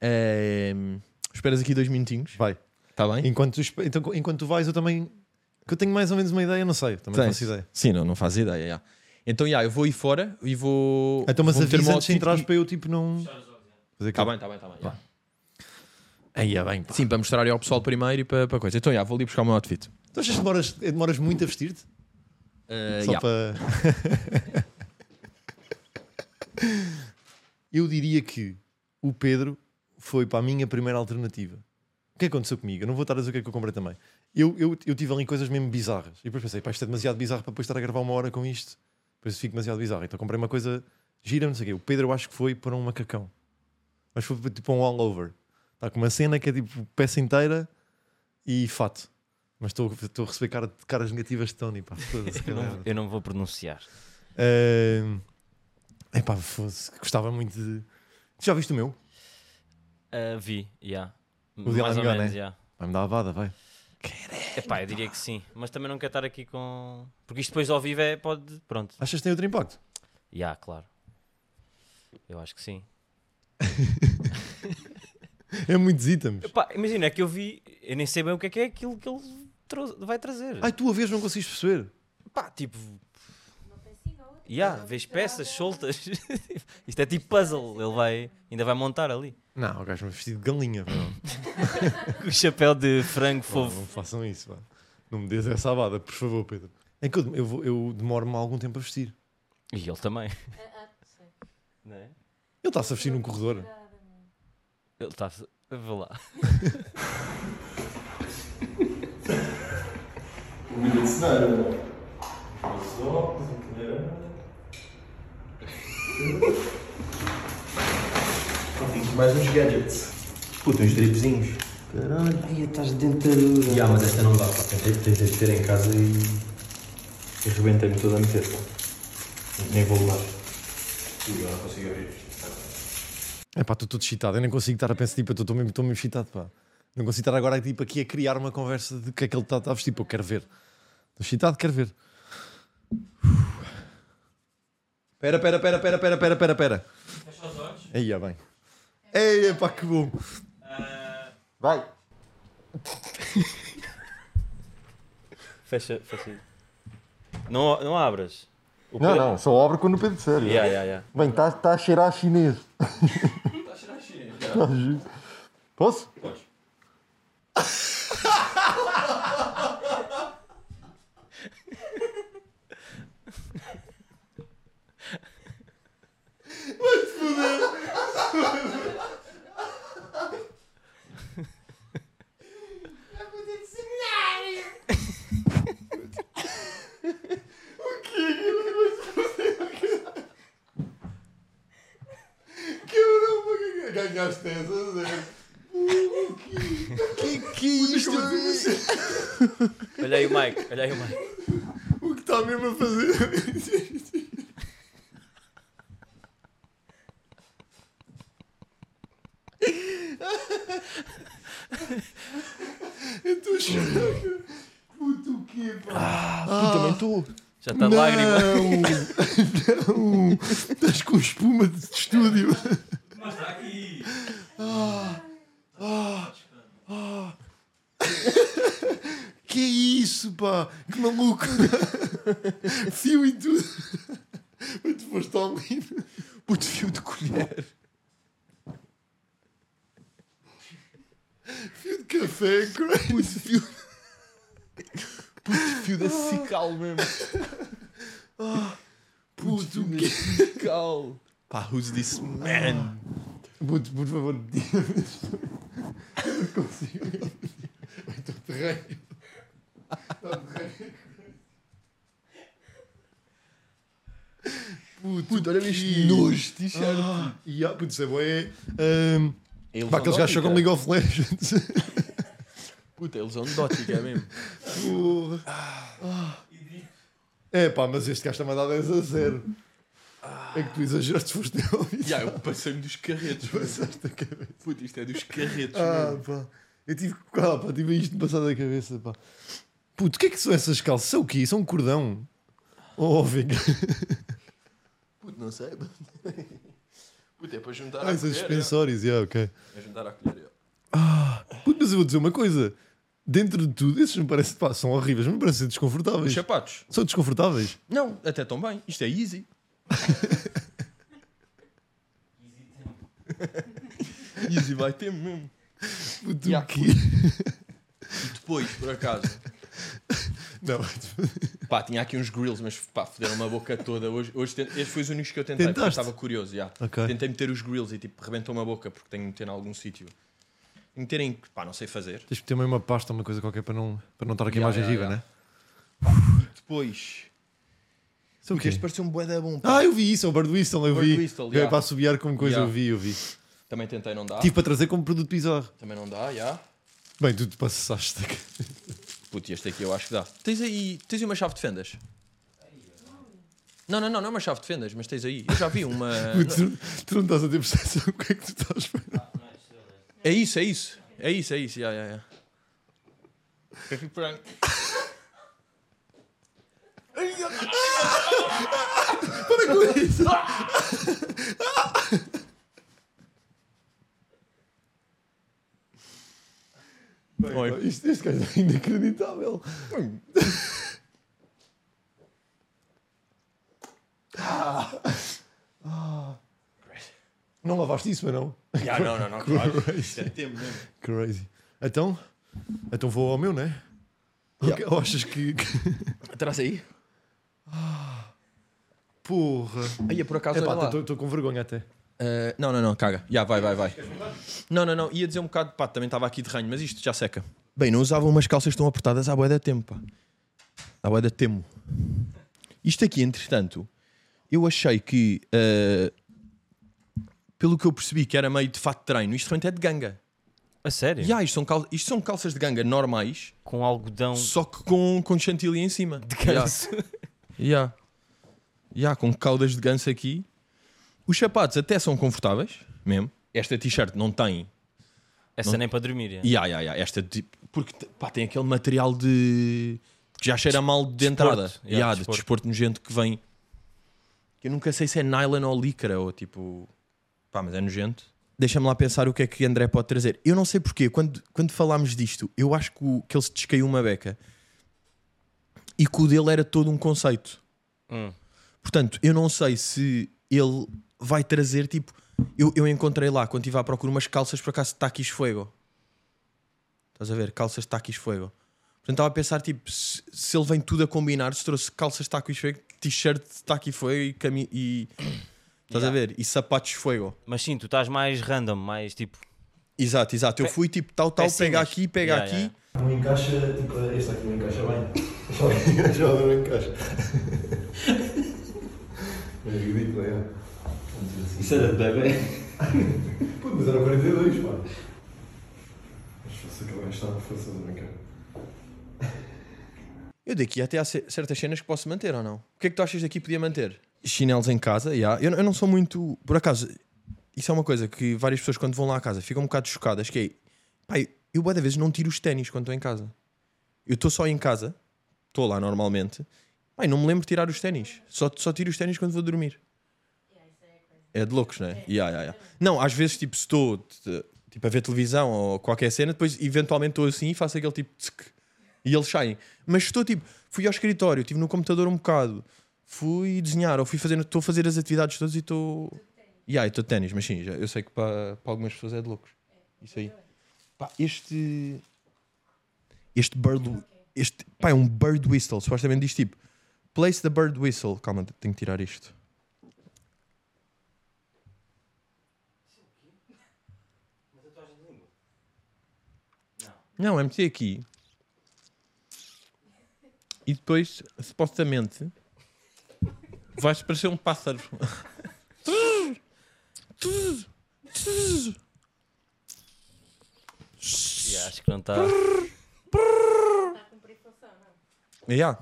S1: ehm, esperas aqui dois minutinhos,
S2: Vai.
S1: está bem?
S2: Enquanto tu, espe- então, enquanto tu vais, eu também. Que eu tenho mais ou menos uma ideia, não sei. Também não
S1: Tens?
S2: faço ideia.
S1: Sim, não, não faz ideia. yeah. Então, yeah, eu vou ir fora e vou.
S2: Então, mas
S1: vou meter
S2: avisa
S1: um
S2: antes de
S1: outfit
S2: entrares
S1: e-
S2: para eu, tipo, não. Fazer
S1: Tá bem, está bem, está bem. yeah.
S2: Aí é bem, pá.
S1: Sim, para mostrar ao pessoal primeiro e para, para coisa. Então, yeah, vou ali buscar o meu outfit.
S2: Tu achas que demoras, demoras muito a vestir-te?
S1: Eh,
S2: Só
S1: yeah.
S2: para. eu diria que o Pedro foi para a minha primeira alternativa. O que aconteceu comigo? Eu não vou estar a dizer o que é que eu comprei também. Eu, eu, eu tive ali coisas mesmo bizarras. E depois pensei, pá, isto é demasiado bizarro para depois estar a gravar uma hora com isto. Depois fico demasiado bizarro. Então comprei uma coisa gira, não sei o quê. O Pedro eu acho que foi para um macacão. Mas foi para, tipo um all-over. Está com uma cena que é tipo peça inteira e fato. Mas estou, estou a receber cara- caras negativas de Tony, pá. Foda-se, que
S3: Eu não,
S2: merda.
S3: eu não vou pronunciar.
S2: Ahm, Ah, epá, fosse, gostava muito de. Já viste o meu?
S3: Ah, vi, já.
S2: O de
S3: Mais
S2: Alan
S3: ou
S2: Gunn,
S3: menos,
S2: é?
S3: já.
S2: Vai-me dar a vada, vai.
S3: Epá, eu diria que sim. Mas também não quero estar aqui com... Porque isto depois ao vivo é... Pode... Pronto.
S2: Achas que tem outro impacto?
S3: Já, claro. Eu acho que sim.
S2: É muitos itens.
S3: Epá, imagina, é que eu vi... Eu nem sei bem o que é que é aquilo que ele trou- vai trazer.
S2: Ai, tu a vez não consegues perceber.
S3: Pá, tipo... Já, vês peças soltas. Isto é tipo puzzle. Ele vai... Ainda vai montar ali.
S2: Não, o gajo me vestido de galinha, pá.
S3: Com o chapéu de frango
S2: não,
S3: fofo.
S2: não façam isso, pá. Não me des essa abada, por favor, Pedro. É que eu, eu, vou- eu demoro-me algum tempo a vestir.
S3: E ele também. Não é?
S2: Ele está-se a vestir num corredor.
S3: Ele tá está. Vê lá.
S4: Mais uns gadgets. Puta, uns dripzinhos. Caralho, aí estás de dentadura. Ya, mas esta não dá, pá. Tentei, tentei ter em casa e. e rebentei-me toda a meter, pá. Nem vou levar. E eu não consigo abrir.
S2: É pá, estou todo excitado. Eu nem consigo estar a pensar, tipo, eu estou mesmo, estou mesmo excitado, pá. Não consigo estar agora tipo, aqui a criar uma conversa de que é que ele está a vestir. Pô, quero ver. Estou excitado, quero ver. Pera, pera, pera, pera, pera, pera, pera, pera. Aí, é bem. Ei, pá, que bom. Vai.
S3: Fecha, fecha. Não, não abras. O
S2: Não, não, só obra quando o Pedro disser.
S3: Yeah, yeah, yeah.
S2: Bem, está tá a cheirar a chinês. Está a Tá cheirar a chinês. Posso? Quebrou uma Ganhaste essa, Que que é isto?
S3: Olha aí o Mike, olha aí o Mike.
S2: O que está mesmo a fazer? Eu estou a chorar. cara. Puto o quê, pá?
S1: Tu também
S2: Então,
S1: tu.
S3: Já está de
S2: é
S3: lágrima.
S2: Não! Estás é com espuma de estúdio. tá Ah, Que é isso, pá? Que maluco! fio e tudo. Mas tu foste ao menino. Puto fio de colher. Fio de café, crazy. Puto fio.
S1: Fio da cical mesmo.
S2: Puto, o quê?
S1: Cical. Pá, who's this man?
S2: Puto, por favor, tira-me isto. Eu não consigo. Ai, Estou terreiro. Estou terreiro. Puto,
S1: Puto, olha-me este
S2: que-
S1: nojo, t-shirt.
S2: Ah, yeah, puto, isso é bué. Ahm, Pá, aqueles gajos jogam League of Legends.
S1: Puta, eles são de dótica mesmo.
S2: Porra. Ah. É pá, mas este gajo está-me a dar 10 a 0. É que tu exageraste, foste eu.
S5: Já, eu passei-me dos carretos. mano.
S2: Passaste a cabeça.
S5: Puto, isto é dos carretos.
S2: Ah,
S5: mano.
S2: pá. Eu tive, ah, pá, tive isto passado da cabeça, pá. Puto, o que é que são essas calças? São o quê? São um cordão? Oh, vinga.
S5: Puto, não sei. mano. Puto, é para juntar
S2: Ah,
S5: à
S2: são
S5: colher.
S2: suspensórios, yeah, ok.
S5: É, é juntar à colher. é.
S2: Puto, mas eu vou dizer uma coisa. Dentro de tudo, esses me parecem, pá, são horríveis, mas me parecem
S1: Os
S2: desconfortáveis.
S1: sapatos?
S2: São desconfortáveis.
S1: Não, até tão bem. Isto é easy. easy vai ter mesmo.
S2: Puto,
S1: Yeah.
S2: o quê?
S5: E depois, por acaso,
S2: Não,
S1: Pá, tinha aqui uns grills, mas pá, foderam-me a boca toda. Hoje, hoje tent- este foi os únicos que eu tentei, porque eu
S2: Tentaste?
S1: estava curioso. já.
S2: Ok.
S1: Tentei meter os grills e tipo, rebentou-me a boca, porque tenho de meter em algum sítio. Tenho de meter em. pá, não sei fazer.
S2: tens que ter meio uma pasta, uma coisa qualquer para não, para não estar aqui a
S1: Yeah,
S2: imagem
S1: yeah,
S2: viva,
S1: yeah.
S2: né?
S1: Depois.
S2: São o
S1: Porque
S2: quê?
S1: este pareceu um bué da bom. pá.
S2: Ah, eu vi isso, é o Bird Whistle, eu
S1: Bird
S2: vi.
S1: Whistle,
S2: Eu
S1: yeah.
S2: É para assobiar como coisa,
S1: Yeah.
S2: eu vi, eu vi.
S1: Ah. Também tentei, não dá.
S2: Tive para trazer como produto bizarro.
S1: Também não dá, já.
S2: Bem, tu te passaste.
S1: Puto, e este aqui eu acho que dá. Tens aí, tens aí uma chave de fendas? Não, não, não, não é uma chave de fendas, mas tens aí. Eu já vi uma.
S2: Puto, tu, tu não estás a ter percepção do que é que tu estás a fazer.
S1: É isso, é isso. É isso, é isso. já, já, já.
S2: Para com isso! Bem,
S1: Oi.
S2: pá, isto, este gajo é inacreditável. Ah. Ah. Não lavaste isso, mas não?
S1: Já, não, não, não, claro. Isto é tempo mesmo.
S2: Crazy. Então, então vou ao meu, né? Ou- Ou achas que. que-
S1: Traz aí.
S2: Porra!
S1: Aí, é por acaso, olha lá.
S2: Estou com vergonha até.
S1: Ah, não, não, não, caga. Já, vai, vai, vai. Não, não, não. Ia dizer um bocado, pá, também estava aqui de ranho, mas isto já seca. Bem, não usavam umas calças tão apertadas à boia da tempo, pá. À boia da temo. Isto aqui, entretanto, eu achei que, ah, pelo que eu percebi que era meio de fato de treino, isto realmente é de ganga.
S3: A sério?
S1: Já, isto, são cal- isto são calças de ganga normais,
S3: Com algodão.
S1: só que com, com chantilly em cima. De ganso. Já. Já, com caudas de ganso aqui. Os sapatos até são confortáveis, mesmo. Esta t-shirt não tem.
S3: Essa nem para dormir. é?
S1: Ya, ya, ya, Esta, tipo, porque t- pá, tem aquele material de. que já cheira mal de entrada.
S3: desporto. Ya,
S1: Ya, de
S3: desporto.
S1: desporto nojento que vem. que Eu nunca sei se é nylon ou lycra ou tipo. pá, mas é nojento. Deixa-me lá pensar o que é que André pode trazer. Eu não sei porquê, quando, quando falámos disto, eu acho que, o- que ele se descaiu uma beca e que o dele era todo um conceito.
S3: Hum.
S1: Portanto, eu não sei se ele vai trazer tipo. Eu, eu encontrei lá, quando estive à procura, umas calças por acaso de taquis fuego. Estás a ver? Calças de taquis fuego. Portanto, estava a pensar tipo, se, se ele vem tudo a combinar, se trouxe calças de taquis fuego, t-shirt de taqui fuego e cami e. Estás a ver? E sapatos fuego.
S3: Mas sim, tu estás mais random, mais tipo.
S1: Exato, exato. Eu
S3: Pe-
S1: fui tipo tal, tal,
S3: pecinhas.
S1: pega aqui, pega
S3: Ya,
S1: aqui.
S3: ya, ya.
S4: Não encaixa, tipo, este aqui não encaixa bem. Já não encaixa. É ridículo, é. Isso era de bebê. Pô, mas era 42, pá. Mas se fosse aquele gajo estava forças a brincar.
S1: Eu daqui até há ce- certas cenas que posso manter ou não? O que é que tu achas daqui podia manter? Chinelos em casa, já. Eu, eu não sou muito. Por acaso, isso é uma coisa que várias pessoas quando vão lá a casa ficam um bocado chocadas, que é. Pai, eu boa da vez não tiro os ténis quando estou em casa. Eu estou só em casa, estou lá normalmente. Pai, não me lembro de tirar os ténis. Só, só tiro os ténis quando vou dormir. É de loucos, não é? Ya, ya, ya. Não, às vezes, tipo, se estou t- tipo, a ver televisão ou qualquer cena, depois eventualmente estou assim e faço aquele tipo tsk, e eles saem. Mas estou tipo, fui ao escritório, estive no computador um bocado, fui desenhar ou fui fazer, estou a fazer as atividades todas e estou. Ya, e estou de ténis, mas sim, já, eu sei que para, para algumas pessoas é de loucos. Isso aí. Pá, este. Este bird. Este, pá, é um bird whistle. Supostamente diz tipo: Place the bird whistle. Calma, tenho que tirar isto. Não, é meti aqui. E depois, supostamente, vais parecer um pássaro.
S3: e acho que não tá. está.
S1: Yeah.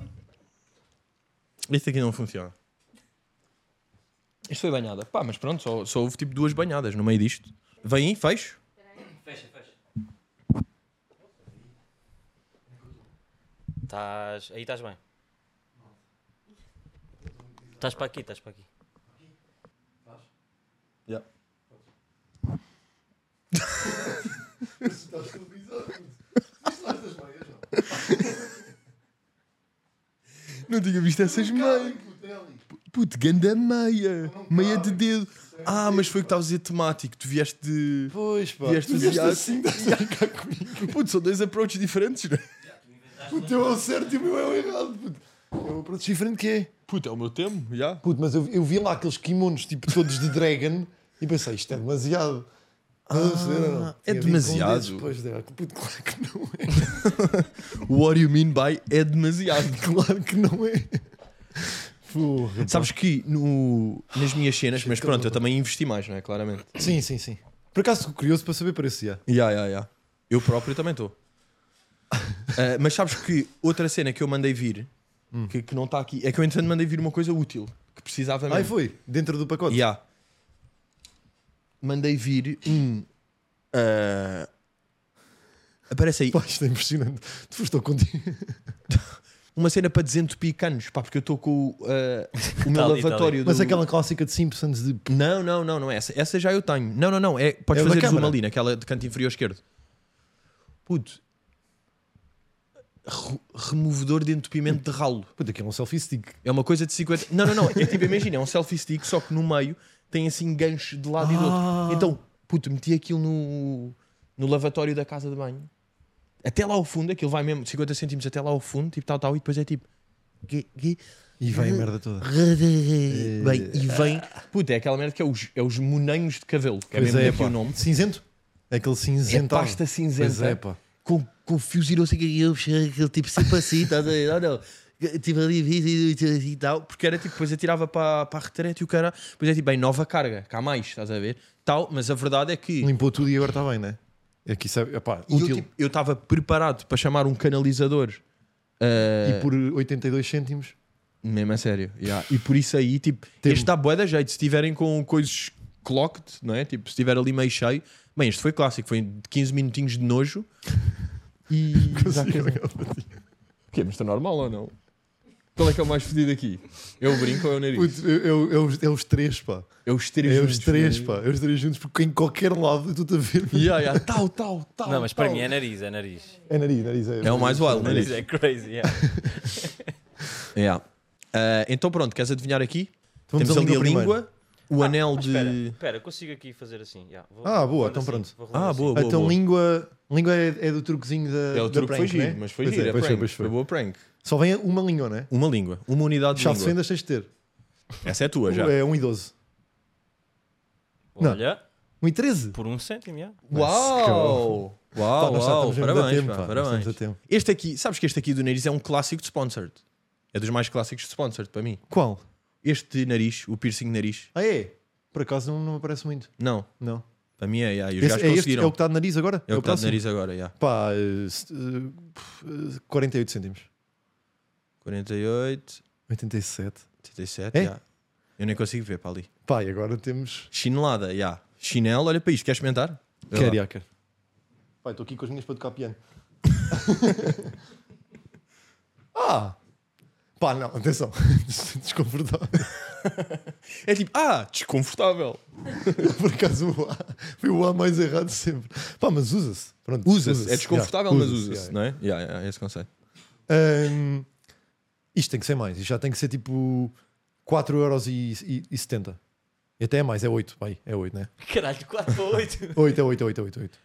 S1: Isto aqui não funciona. Isto foi banhada. Pá, mas pronto, só, só houve tipo duas banhadas no meio disto. Vem aí, fecho.
S3: Fecha, fecha. Estás. Aí estás bem. Estás para aqui, estás para aqui.
S1: Não tinha visto essas meias. Puto, ganda meia. Meia de dedo. Ah, mas foi o que estavas a dizer temático. Tu vieste de.
S2: Pois, pá.
S4: é
S1: Vieste asiático. assim, Puto, são dois approaches diferentes, não é?
S2: O teu é o certo e o meu é o errado, puto. É um approach diferente que é.
S1: Puto, é o meu tempo, já.
S2: Puto, mas eu, eu vi lá aqueles kimonos, tipo, todos de dragon e pensei, isto é demasiado. Ah,
S1: é demasiado.
S2: Depois dela. Puto, claro que não é.
S1: What do you mean by é demasiado?
S2: Claro que não é. Porra.
S1: Sabes que no, nas minhas cenas, mas pronto, eu também investi mais, não é? Claramente.
S2: Sim, sim, sim. Por acaso estou curioso para saber preço, já.
S1: Ya, ya, ya. Eu próprio também estou. Ah, mas sabes que outra cena que eu mandei vir,
S3: Hum.
S1: que, que não está aqui, é que eu entretanto mandei vir uma coisa útil que precisava mesmo.
S2: Aí foi, dentro do pacote.
S1: Ya. Mandei vir um. ah, aparece aí.
S2: Pá, isto é impressionante. Tu foste ao contigo.
S1: Uma cena para desentupir canos, pá, porque eu estou com ah, o
S3: Tá
S1: meu
S3: ali, tá
S1: lavatório.
S2: Mas
S1: do-
S2: aquela clássica de Simpsons de.
S1: Não, não, não, não é essa. Essa já eu tenho. Não, não, não. É, podes
S2: É o da
S1: fazer zoom
S2: câmara.
S1: ali, naquela de canto inferior esquerdo. Puto. Re- removedor de entupimento de ralo.
S2: Puta, aquilo é um selfie stick.
S1: É uma coisa de 50. Não, não, não. É tipo, imagina, é um selfie stick, só que no meio tem assim ganchos de lado e do
S2: Ah.
S1: outro. Então, puto, meti aquilo no, no lavatório da casa de banho. Até lá ao fundo, aquilo vai mesmo 50 centímetros até lá ao fundo, tipo tal, tal, e depois é tipo. gui, gui,
S2: E vai a merda toda.
S1: Bem, e vem. É. Puta, é aquela merda que é os, é os monanhos de cabelo, que é mesmo aqui
S2: pá.
S1: o nome.
S2: Cinzento? Aquele
S1: É
S2: cinzento.
S1: pasta cinzenta.
S2: Pois é, pá.
S1: Com, com fios e não sei o que, eu puxei aquele tipo sempre assim, estás a ver? Não, não. Estive ali e- e- e e tal, porque era tipo, depois atirava para, para a retrete e o cara, depois é tipo, bem, nova carga, cá mais, estás a ver? Tal, mas a verdade é que
S2: Limpou tudo e agora está bem, né? Aqui sabe, epá,
S1: e eu
S2: útil.
S1: tipo, eu estava preparado para chamar um canalizador, eh,
S2: E por 82 cêntimos.
S1: mesmo a sério, yeah. e por isso aí, tipo, este dá boa da jeito, se tiverem com coisas clocked, não é? Tipo, se tiver ali meio cheio, bem, este foi clássico, foi de 15 minutinhos de nojo e. já casou. O quê? Mas está normal ou não? Qual é que é o mais fedido aqui? É o brinco ou é o nariz?
S2: Puto, é- é- é os- é os três, pá.
S1: é os três
S2: É
S1: juntos,
S2: os três,
S1: né?
S2: pá. É os três juntos, porque em qualquer lado tu estás a ver.
S1: Yeah, yeah. Tal, tal, tal.
S3: Não, mas para
S1: tal.
S3: mim é nariz, é nariz.
S2: É nariz, nariz.
S1: É o mais wild,
S3: Nariz
S1: nariz.
S3: é crazy, yeah.
S1: Yeah. Ah, então pronto, queres adivinhar aqui?
S2: Então Vamos
S1: Temos Então
S2: à
S1: ali a
S2: língua primeiro.
S1: língua, o anel de.
S3: Ah, Espera, espera, consigo aqui fazer assim. yeah. Vou-
S2: Ah, boa,
S3: vou rolando
S2: então
S3: assim,
S2: pronto.
S3: vou rolando
S1: Ah,
S3: assim.
S1: boa, boa.
S2: Então
S1: boa.
S2: língua, língua é, é do truquezinho da.
S1: É o
S2: da
S1: truque foi
S2: prank,
S1: giro,
S2: né?
S1: mas foi
S2: Pois é,
S1: giro. É,
S2: pois
S1: prank.
S2: foi, pois foi.
S1: Foi boa prank.
S2: Só vem uma língua, né?
S1: Uma língua, uma unidade de
S2: Chave de
S1: língua.
S2: fendas tens de ter.
S1: Essa é tua já.
S2: É 1 e 12. Não.
S3: Olha,
S2: 1 e 13.
S3: por um cêntimo, yeah.
S1: Uau! Uau,
S2: Pá, nós já
S1: uau,
S2: estamos mesmo a
S1: parabéns,
S2: tempo,
S1: pá,
S2: pá, nós
S1: parabéns.
S2: estamos a tempo.
S1: Este aqui, sabes que este aqui do nariz é um clássico de sponsored. É dos mais clássicos de sponsored para mim.
S2: Qual?
S1: Este de nariz, o piercing de nariz,
S2: Ah, é? Por acaso não, não me aparece muito.
S1: não,
S2: Não.
S1: para mim é, yeah, e os
S2: Esse-
S1: gajos
S2: é, este,
S1: conseguiram.
S2: é o que está de nariz agora?
S1: É o que está de
S2: próximo?
S1: nariz agora, yeah.
S2: Pá, eh, se- eh, puf, eh, 48 cêntimos.
S1: 48,
S2: 87.
S1: 87,
S2: É?
S1: yeah. Eu nem consigo ver para ali.
S2: Pá, e agora temos.
S1: Chinelada, yeah. Chinelo, olha para isto, queres experimentar? Vê lá.
S2: Cariaca. Pá, estou aqui com as minhas para tocar piano. ah! Pá, não, atenção. Desconfortável.
S1: É tipo, ah, desconfortável.
S2: Por acaso o A foi o A mais errado sempre. Pá, mas usa-se. Pronto,
S1: Usa-se,
S2: usa-se.
S1: é desconfortável,
S2: Yeah,
S1: mas usa-se,
S2: yeah.
S1: não é? Yeah, yeah, esse conceito.
S2: Hum, isto tem que ser mais. Isto já tem que ser tipo 4,70€. E até é mais, é 8. Vai, é 8, né?
S3: Caralho, 4 para 8.
S2: 8, é 8, 8, 8, 8.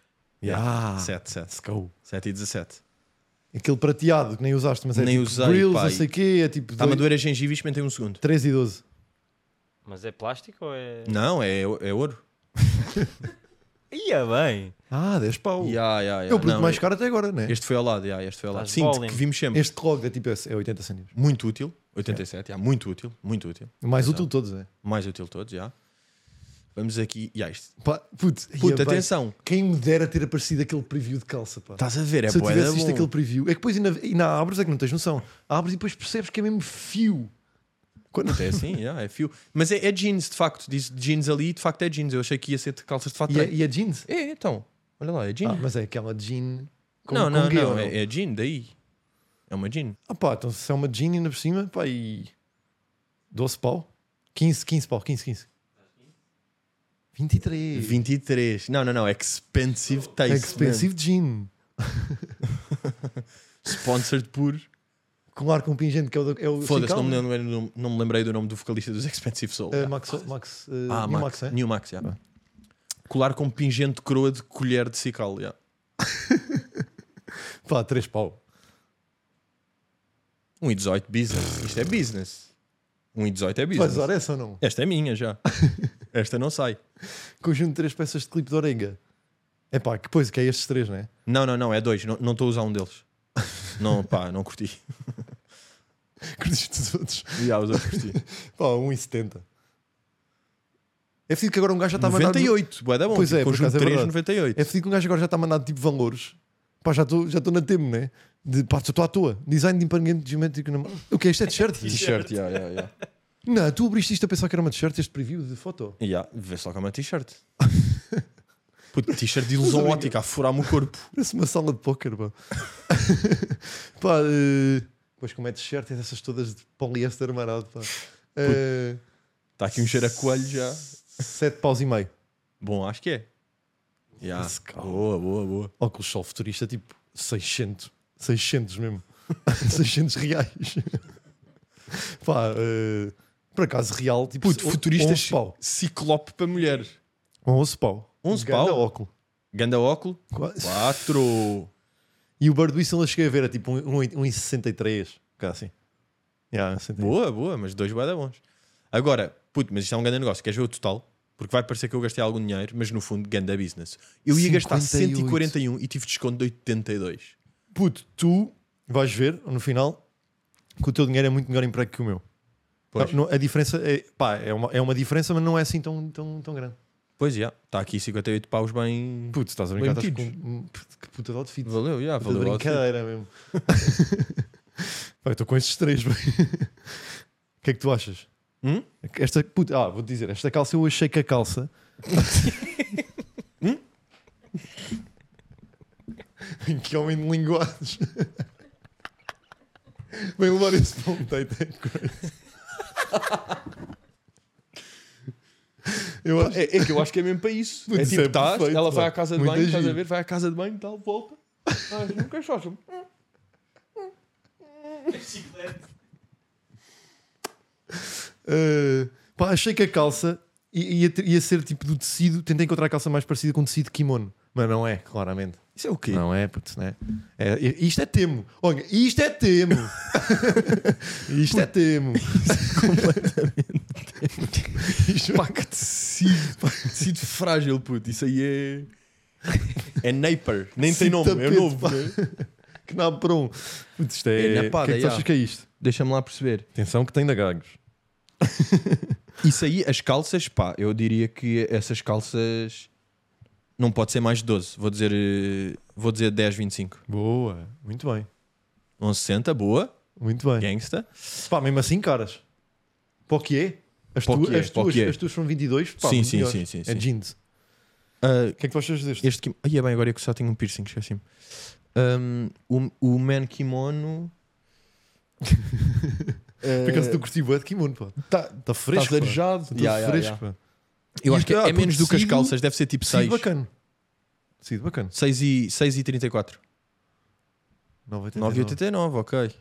S2: Yeah.
S1: 7, 7.
S2: Go.
S1: 7 e 17.
S2: Aquele prateado que nem usaste, mas é
S1: Nem
S2: tipo
S1: usei,
S2: grills,
S1: pá,
S2: não
S1: e-
S2: sei o quê, é tipo
S1: Está-me a
S2: dois-
S1: doer as Tá, gengivas, experimentei um segundo.
S2: 13 e 12.
S3: Mas é plástico ou é.
S1: Não, é, é ouro.
S3: Ia bem.
S2: Ah, 10 pau.
S1: Yeah, yeah, yeah.
S2: É o produto
S1: Não,
S2: mais caro até agora, né? Este,
S1: Este foi ao lado, yeah, este foi ao lado.
S3: Estás
S1: Sim, de
S3: bowling.
S1: que vimos sempre.
S2: este logo é tipo é 80 cêntimos.
S1: Muito útil. 87, yeah, muito útil, muito útil.
S2: O Mais útil de todos, é.
S1: Mais útil de todos, já. Vamos aqui. Yeah, isto.
S2: Pá, puto, ia
S1: Puta,
S2: bem.
S1: atenção.
S2: Quem me dera ter aparecido aquele preview de calça, pá.
S1: Estás a ver, é
S2: Se eu
S1: bué da
S2: tivesse visto
S1: bom.
S2: aquele preview, é que depois ainda, ainda abres, é que não tens noção. Abres e depois percebes que é mesmo fio. Quando-
S1: É assim, yeah, é fio. Mas é, é jeans, de facto. Diz jeans ali, de facto é jeans. Eu achei que ia ser de calças de fato.
S2: E, a,
S1: treino.
S2: e a jeans?
S1: É, então. Olha lá, é jean.
S2: Ah, mas é aquela jean. Com,
S1: não,
S2: com
S1: não,
S2: guia, ou
S1: não. É, é jean, daí. É uma jean.
S2: Ah pá, então se é uma jean ainda por cima, pá, e 12 pau? 15, 15 pau, 15, 15. 23.
S1: 23. Não, não, não. Expensive taste.
S2: Expensive jean.
S1: man. Sponsored por.
S2: Com ar com pingente, que é o. É o
S1: Foda-se, não,
S2: Chicago,
S1: me
S2: né?
S1: lembro- não, me- não me lembrei do nome do vocalista dos Expensive Soul.
S2: Eh,
S1: Yeah.
S2: Max, Max, eh,
S1: ah,
S2: New
S1: Max.
S2: Max, é?
S1: New Max, yeah. Colar com pingente coroa de colher de cical. yeah.
S2: Pá, 3 pau.
S1: 1,18 business. Isto é business. 1,18 é
S2: Vais
S1: business.
S2: usar essa ou não?
S1: Esta é minha já. Esta não sai.
S2: Conjunto de 3 peças de clipe de orelha. É pá, que coisa, que é estes 3, né?
S1: Não, não, não, é dois. Não não estou a usar um deles. Não, pá, não curti.
S2: Curtiste dos outros.
S1: Já, os outros curti.
S2: Pá, 1,70. É fedido que agora um gajo já está a mandar.
S1: 98, bué da bom.
S2: Pois
S1: tipo,
S2: é, por
S1: conjunto
S2: acaso é
S1: 3,
S2: verdade.
S1: 98.
S2: É fedido que um gajo agora já está a mandar tipo valores. Pá, já estou já estou na temo, né? De pá, estou à toa. Design de empreendimento geométrico. Na... O que é? Isto é t-shirt?
S1: T-shirt, já, já, já.
S2: Não, tu abriste isto a pensar que era uma t-shirt, este preview de foto.
S1: Já, vê só que é uma t-shirt. Puto, t-shirt de ilusão
S2: amigo-
S1: ótica a furar-me o corpo.
S2: Parece uma sala de póquer, pá. pá, eh, pois como é t-shirt, tens essas todas de poliéster amarado, pá. Eh,
S1: Está aqui um cheiro a coelho já.
S2: Sete paus e meio.
S1: Bom, acho que é. Já.
S2: Esse cara.
S1: Boa, boa, boa.
S2: Óculos sol futurista, tipo 600. 600 mesmo. 600 reais. pá, eh, por acaso real, tipo...
S1: Puto,
S2: on-
S1: futuristas
S2: 11 pau.
S1: ciclope para mulher.
S2: 11 pau.
S1: 11
S2: Ganda
S1: pau?
S2: óculo.
S1: Ganda óculo.
S2: Qua-
S1: 4.
S2: E o Bird Whistle eu cheguei a ver, é tipo 1,63. Um, cara assim. Yeah, 63.
S1: Boa, boa, mas dois bué da bons. Agora, puto, mas isto é um grande negócio. Queres ver o total? Porque vai parecer que eu gastei algum dinheiro, mas no fundo, ganda business. Eu ia gastar
S2: 58.
S1: 141 e tive desconto de 82.
S2: Puto, tu vais ver no final que o teu dinheiro é muito melhor emprego que o meu.
S1: Pois,
S2: Não- não- a diferença é, pá, é, uma, é uma diferença, mas não é assim tão, tão, tão grande.
S1: pois já. Está aqui 58 paus bem.
S2: Puto, estás a
S1: brincar,
S2: brincar,
S1: estás
S2: com um, puto, que puta de outfit.
S1: Valeu, já.
S2: Puta de
S1: Valeu. ao outfit.
S2: brincadeira mesmo. Pá, eu Estou com estes três. bem. O que é que tu achas?
S1: Hum?
S2: Esta, puta, ah, vou dizer, esta calça eu achei que a calça. Hum? que homem de linguagens. Vem levar esse ponto, tá, Eu acho.
S1: É, é que eu acho que é mesmo para isso.
S2: Puto,
S1: é
S2: isso
S1: tipo,
S2: é
S1: estás,
S2: perfeito,
S1: ela vai
S2: pá.
S1: à casa de
S2: Muito
S1: banho, estás a
S2: giro.
S1: ver, vai à casa de banho, tal, volta. Ah, nunca chocham.
S2: Uh, pá, achei que a calça i- ia, ter- ia ser tipo do tecido. Tentei encontrar a calça mais parecida com tecido kimono, mas não é, claramente.
S1: Isso é o quê?
S2: Não é, putz, né? É, i- isto é temo. Olha, isto é temo. isto é temo.
S1: Pá, que tecido, pá, que tecido frágil, puto. Isso aí é. É Napier, nem tem
S2: Tecido
S1: nome, é
S2: tapete,
S1: novo.
S2: pá.
S1: né?
S2: Que dá para um. Putz, isto é.
S1: É napada,
S2: o que é que tu
S1: já.
S2: achas que é isto?
S1: Deixa-me lá perceber.
S2: Atenção que tem da gagos.
S1: Isso aí, as calças, pá, eu diria que essas calças não pode ser mais de 12. Vou dizer, eh, vou dizer 10, 25.
S2: Boa, muito bem.
S1: 11, 60, boa,
S2: Muito bem.
S1: gangsta.
S2: Pá, mesmo assim, caras. Para o que é? As,
S1: Para o
S2: tu-
S1: que é,
S2: as
S1: para o
S2: tuas,
S1: que é.
S2: as tuas são 22? Pá,
S1: Sim,
S2: muito
S1: sim,
S2: melhores.
S1: sim, sim,
S2: É
S1: sim.
S2: jeans.
S1: Ah,
S2: O que é que tu achas deste?
S1: este kimono. Ai, é bem, agora é que só tenho um piercing, esqueci-me. Ahm, o, o man kimono.
S2: Por acaso tu curti bué de kimono, pá.
S1: É- Tá-
S2: Está fresco,
S1: Tá arejado.
S2: Está
S1: Ya, ya,
S2: fresco,
S1: ya.
S2: pá.
S1: Eu acho que
S2: Ah,
S1: é
S2: pô,
S1: menos do que as
S2: tecido-
S1: calças, deve ser tipo
S2: Tecido
S1: 6.
S2: bacana. Tecido bacana.
S1: 6 e, 6 e 34.
S2: 9,89.
S1: 9,89, ok.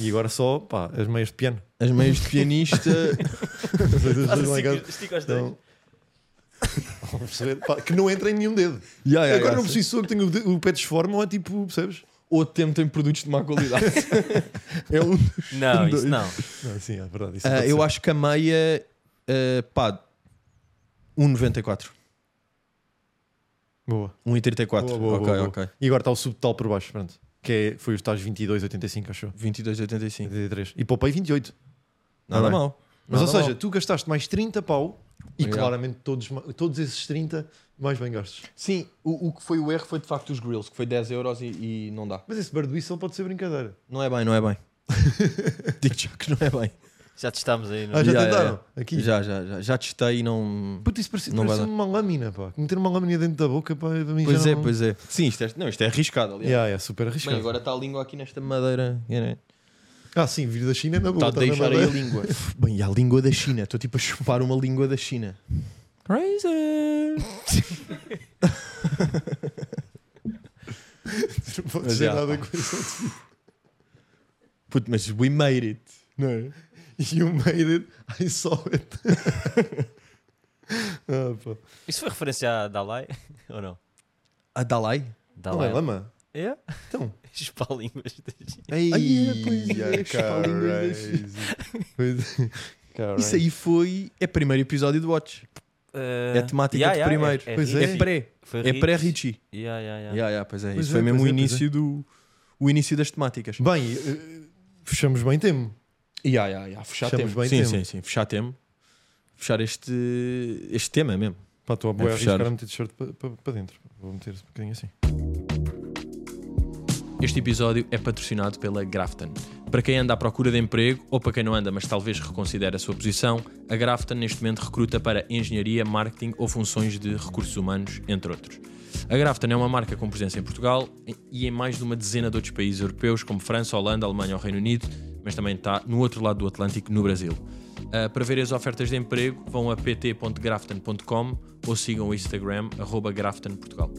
S2: E agora só, pá, as meias de piano.
S1: As meias de pianista.
S2: As meias de
S3: Faz
S2: piano,
S3: assim,
S2: ligado?
S3: que- estica os dedos.
S2: Então- Vão perceber, pá, que não entra em nenhum dedo.
S1: Ya, ya,
S2: Agora
S1: ya.
S2: não preciso sou que tenho o de- o pé desforme ou é tipo, percebes?
S1: Ou tem, tem produtos de má qualidade. é um
S3: Não, isso não.
S2: Não, sim, é verdade. Isso
S1: Ah,
S2: pode
S1: eu
S2: ser.
S1: acho que a meia. ah, pá. 1,94.
S2: Boa.
S1: 1,34.
S2: Boa, boa,
S1: ok,
S2: boa, boa.
S1: ok.
S2: E agora está o subtotal por baixo, pronto. Que é, foi os tais 22,85, achou?
S1: 22,85.
S2: 83. E poupei 28.
S1: Nada
S2: bem.
S1: mal.
S2: Mas,
S1: Nada
S2: ou seja,
S1: mal.
S2: tu gastaste mais 30 pau e
S1: Yeah.
S2: claramente todos, ma- todos esses 30 mais bem gastos.
S1: Sim, o, o que foi o erro foi de facto os grills, que foi 10 euros e, e não dá.
S2: Mas esse Bird Whistle pode ser brincadeira.
S1: Não é bem, não é bem. Digo já que não é bem.
S3: Já testámos aí, não
S2: Ah,
S3: é?
S2: já
S1: Yeah,
S2: tentaram?
S1: yeah, yeah.
S2: Aqui.
S1: Já, já, já. Já testei e não.
S2: Puto, isso parece,
S1: Não vai
S2: parece
S1: dar.
S2: uma lâmina, pá. Meter uma lâmina dentro da boca, pá, para mim
S1: Pois
S2: já
S1: é,
S2: não...
S1: pois é. Sim, isto é, não, isto é arriscado, aliás.
S2: Yeah, yeah, super
S1: Bem,
S2: arriscado.
S1: agora está a língua aqui nesta madeira.
S2: Ah, sim, vir da China é na
S1: Está
S2: boa.
S1: a
S2: tá na
S1: deixar aí a
S2: madeira.
S1: língua. Bem, e a língua da China. Estou tipo a chupar uma língua da China. Crazy!
S2: Não pode
S1: Mas
S2: ser
S1: já,
S2: nada
S1: pá.
S2: com isso.
S1: Puto, mas we made it.
S2: Não é? You made it, I saw it. ah, pá.
S3: Isso foi referência a Dalai? Ou não?
S1: A Dalai?
S2: Não é
S3: Dalai.
S2: lama?
S3: É?
S2: Então.
S3: Chupar línguas. da-
S2: Ai,
S1: é, chupar línguas da China. Isso
S2: Isso aí.
S1: aí foi. É primeiro episódio do Watch. É a temática
S3: Yeah,
S1: de
S3: yeah,
S1: primeiro.
S3: É, é,
S2: Pois
S1: É,
S3: Ritchie.
S1: pré.
S3: Foi
S1: É pré-Richie.
S3: Yeah, yeah, yeah.
S1: Yeah, yeah, pois é.
S2: Pois
S1: Isso
S2: é,
S1: foi mesmo o
S2: pois é, pois
S1: início do. O início das temáticas.
S2: Bem, eh, fechamos bem tempo.
S1: Ya, ya, ya, fechar
S2: Fechamos
S1: tempo.
S2: bem
S1: sim,
S2: tempo.
S1: sim, sim, fechar tempo. Fechar este, este tema mesmo.
S2: Pá, estou a boia
S1: É fechar.
S2: arriscar a meter t-shirt para dentro. Vou meter um bocadinho assim.
S1: Este episódio é patrocinado pela Grafton. Para quem anda à procura de emprego ou para quem não anda, mas talvez reconsidere a sua posição, a Grafton neste momento recruta para engenharia, marketing ou funções de recursos humanos, entre outros. A Grafton é uma marca com presença em Portugal e em mais de uma dezena de outros países europeus, como França, Holanda, Alemanha ou Reino Unido, mas também está no outro lado do Atlântico, no Brasil. Ah, para ver as ofertas de emprego, vão a pt.grafton.com ou sigam o Instagram, arroba Grafton Portugal.